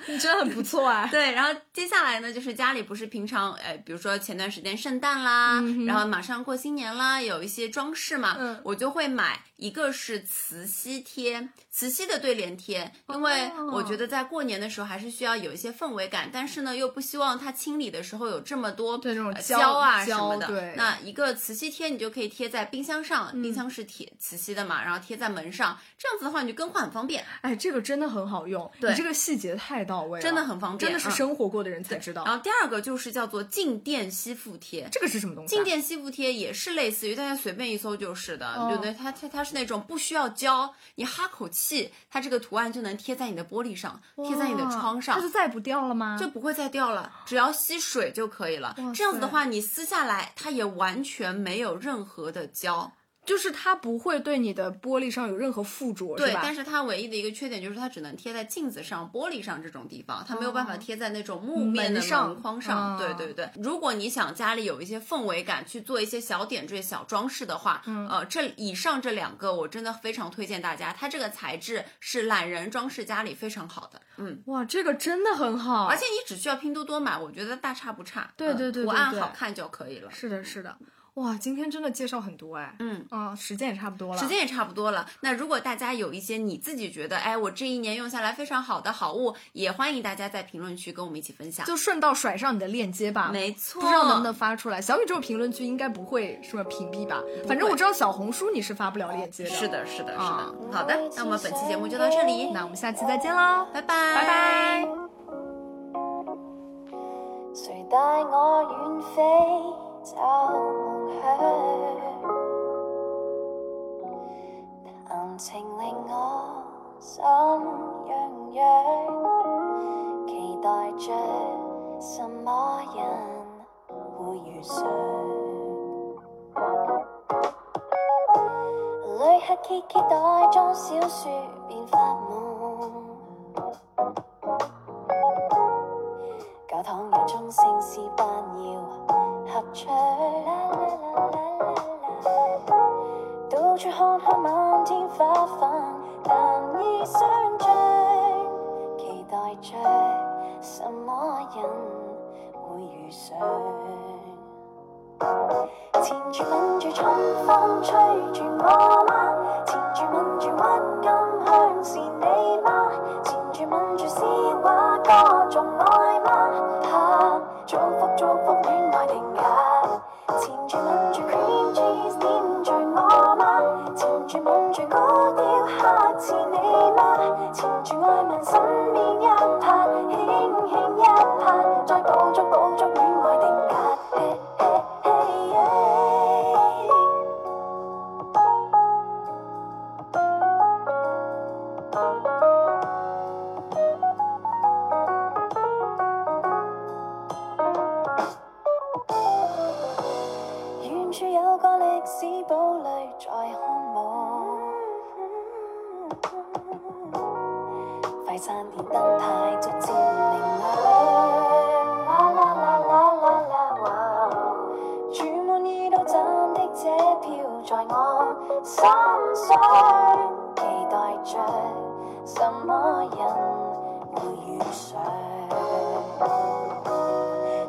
[SPEAKER 2] 你真的很不错 [laughs] 哎。
[SPEAKER 3] 对，然后接下来呢，就是家里不是平常，哎，比如说前段时间圣诞啦，然后马上过新年啦，有一些装饰嘛，
[SPEAKER 2] 嗯
[SPEAKER 3] 我就会买一个是磁吸贴，磁吸的对联贴，因为
[SPEAKER 2] 哦
[SPEAKER 3] 我觉得在过年的时候还是需要有一些氛围感，但是呢，又不希望它清理的时候有这么多
[SPEAKER 2] 对那种
[SPEAKER 3] 呃
[SPEAKER 2] 胶
[SPEAKER 3] 胶啊什
[SPEAKER 2] 胶
[SPEAKER 3] 么的。
[SPEAKER 2] 对嗯
[SPEAKER 3] 那一个磁吸贴你就可以贴在冰箱上，冰箱是铁磁吸的嘛，然后贴在门上，这样子的话你就更换很方便。
[SPEAKER 2] 哎，这个真的很好用，
[SPEAKER 3] 对
[SPEAKER 2] 你这个细节太到位了，
[SPEAKER 3] 真的很方便
[SPEAKER 2] 真的是
[SPEAKER 3] 嗯
[SPEAKER 2] 生活过的人才知道。
[SPEAKER 3] 然后第二个就是叫做静电吸附贴，
[SPEAKER 2] 这个是什么东西、啊？
[SPEAKER 3] 静电吸附贴也是类似于大家随便一搜就是的，
[SPEAKER 2] 哦
[SPEAKER 3] 对不对？它它它是那种不需要胶，你哈口气，它这个图案就能贴在你的玻璃上，贴在你的窗上
[SPEAKER 2] 它就，再也不掉了吗？
[SPEAKER 3] 就不会再掉了。只要吸水就可以了
[SPEAKER 2] 哇。
[SPEAKER 3] 这样子的
[SPEAKER 2] 塞
[SPEAKER 3] 话，你撕下来，它也完全没有任何的胶。
[SPEAKER 2] 就是它不会对你的玻璃上有任何附着，
[SPEAKER 3] 对，
[SPEAKER 2] 是吧？
[SPEAKER 3] 但是它唯一的一个缺点就是它只能贴在镜子上、玻璃上这种地方，它没有办法贴在那种木面的
[SPEAKER 2] 哦嗯门上
[SPEAKER 3] 门框上。
[SPEAKER 2] 哦
[SPEAKER 3] 对对对，如果你想家里有一些氛围感，去做一些小点缀、小装饰的话，
[SPEAKER 2] 嗯
[SPEAKER 3] 呃，这以上这两个我真的非常推荐大家。它这个材质是懒人装饰家里非常好的，嗯，
[SPEAKER 2] 哇，这个真的很好，
[SPEAKER 3] 而且你只需要拼多多买，我觉得大差不差。
[SPEAKER 2] 哦对
[SPEAKER 3] 嗯
[SPEAKER 2] 对对对
[SPEAKER 3] 图案
[SPEAKER 2] 对
[SPEAKER 3] 好看就可以了。
[SPEAKER 2] 是的，是的，哇，今天真的介绍很多哎，
[SPEAKER 3] 嗯
[SPEAKER 2] 啊，时间也差不多了，
[SPEAKER 3] 时间也差不多了。那如果大家有一些你自己觉得，哎，我这一年用下来非常好的好物，也欢迎大家在评论区跟我们一起分享。
[SPEAKER 2] 就顺道甩上你的链接吧，
[SPEAKER 3] 没错，
[SPEAKER 2] 不知道能不能发出来。小宇宙评论区应该不会什么屏蔽吧？反正我知道小红书你是发不了链接的。
[SPEAKER 3] 是，的，是的，是的。
[SPEAKER 2] 啊
[SPEAKER 3] 好的，那我们本期节目就到这里，
[SPEAKER 2] 那我们下期再见啦，
[SPEAKER 3] 拜拜，
[SPEAKER 2] 拜
[SPEAKER 3] 拜
[SPEAKER 2] 拜。
[SPEAKER 4] 誰帶我遠飛找夢想？談情令我心癢癢，期待着什麼人會遇上？旅客揭揭袋裝小説，便發夢。教堂有鐘聲是扮要合唱，啦啦啦啦啦啦，到處看看漫天花瓣，待着什么人會遇上？纏住吻住春風，吹住我嗎？纏住吻住鬱金香，是你嗎？纏住吻住詩畫，歌頌愛嗎？他祝福祝福戀愛停日，纏住吻住 cream cheese，黏住我嗎？纏住吻住高調黑似你嗎？纏住愛問身邊一拍，輕輕一拍，再捕捉捕捉戀愛定格。哎嘿嘿嘿耶遠處有個歷史堡壘在看我，快餐店燈牌逐漸明亮，啦啦啦啦啦啦哇！注滿二到站的這票在我心上，期待着什麼人會遇上。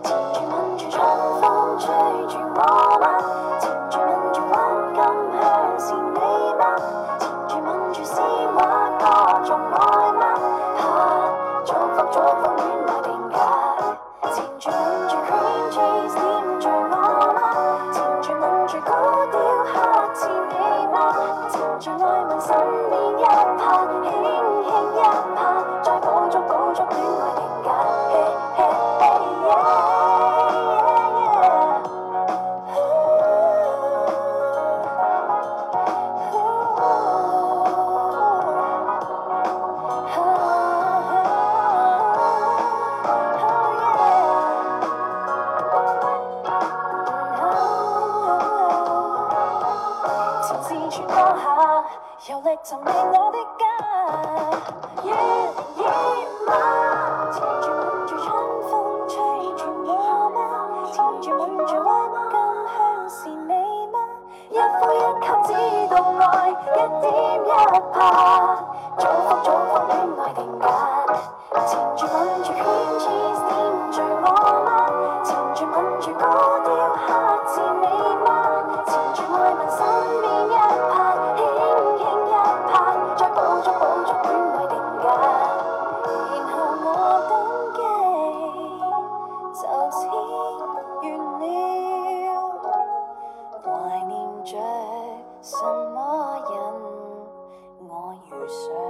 [SPEAKER 4] 纏住吻住春風，吹住我嗎？纏住吻住鬱金香，是你嗎？纏住吻住詩畫，歌頌愛嗎？啊，祝福祝福戀愛定格。纏住吻住 cream cheese，黏住我嗎？纏住吻住高調黑似你嗎？纏住愛問身邊一拍，輕輕一拍，再捕捉捕捉戀愛定格。嘿嘿嘿耶耶耶潮至全放下，有力尋覓我的家。熱熱嗎？纏住吻住春風吹住我嗎？纏住吻住鬱金香是你嗎？一呼一吸知道愛，一點一拍，祝福祝福戀愛定格。纏住吻住 cream cheese 黏住我嗎？纏住吻住高調黑似你嗎？纏住愛問身邊一拍，輕輕一拍，再捕捉捕捉戀愛定格。然後我登記，就此完了。懷念着什麼人，我遇上。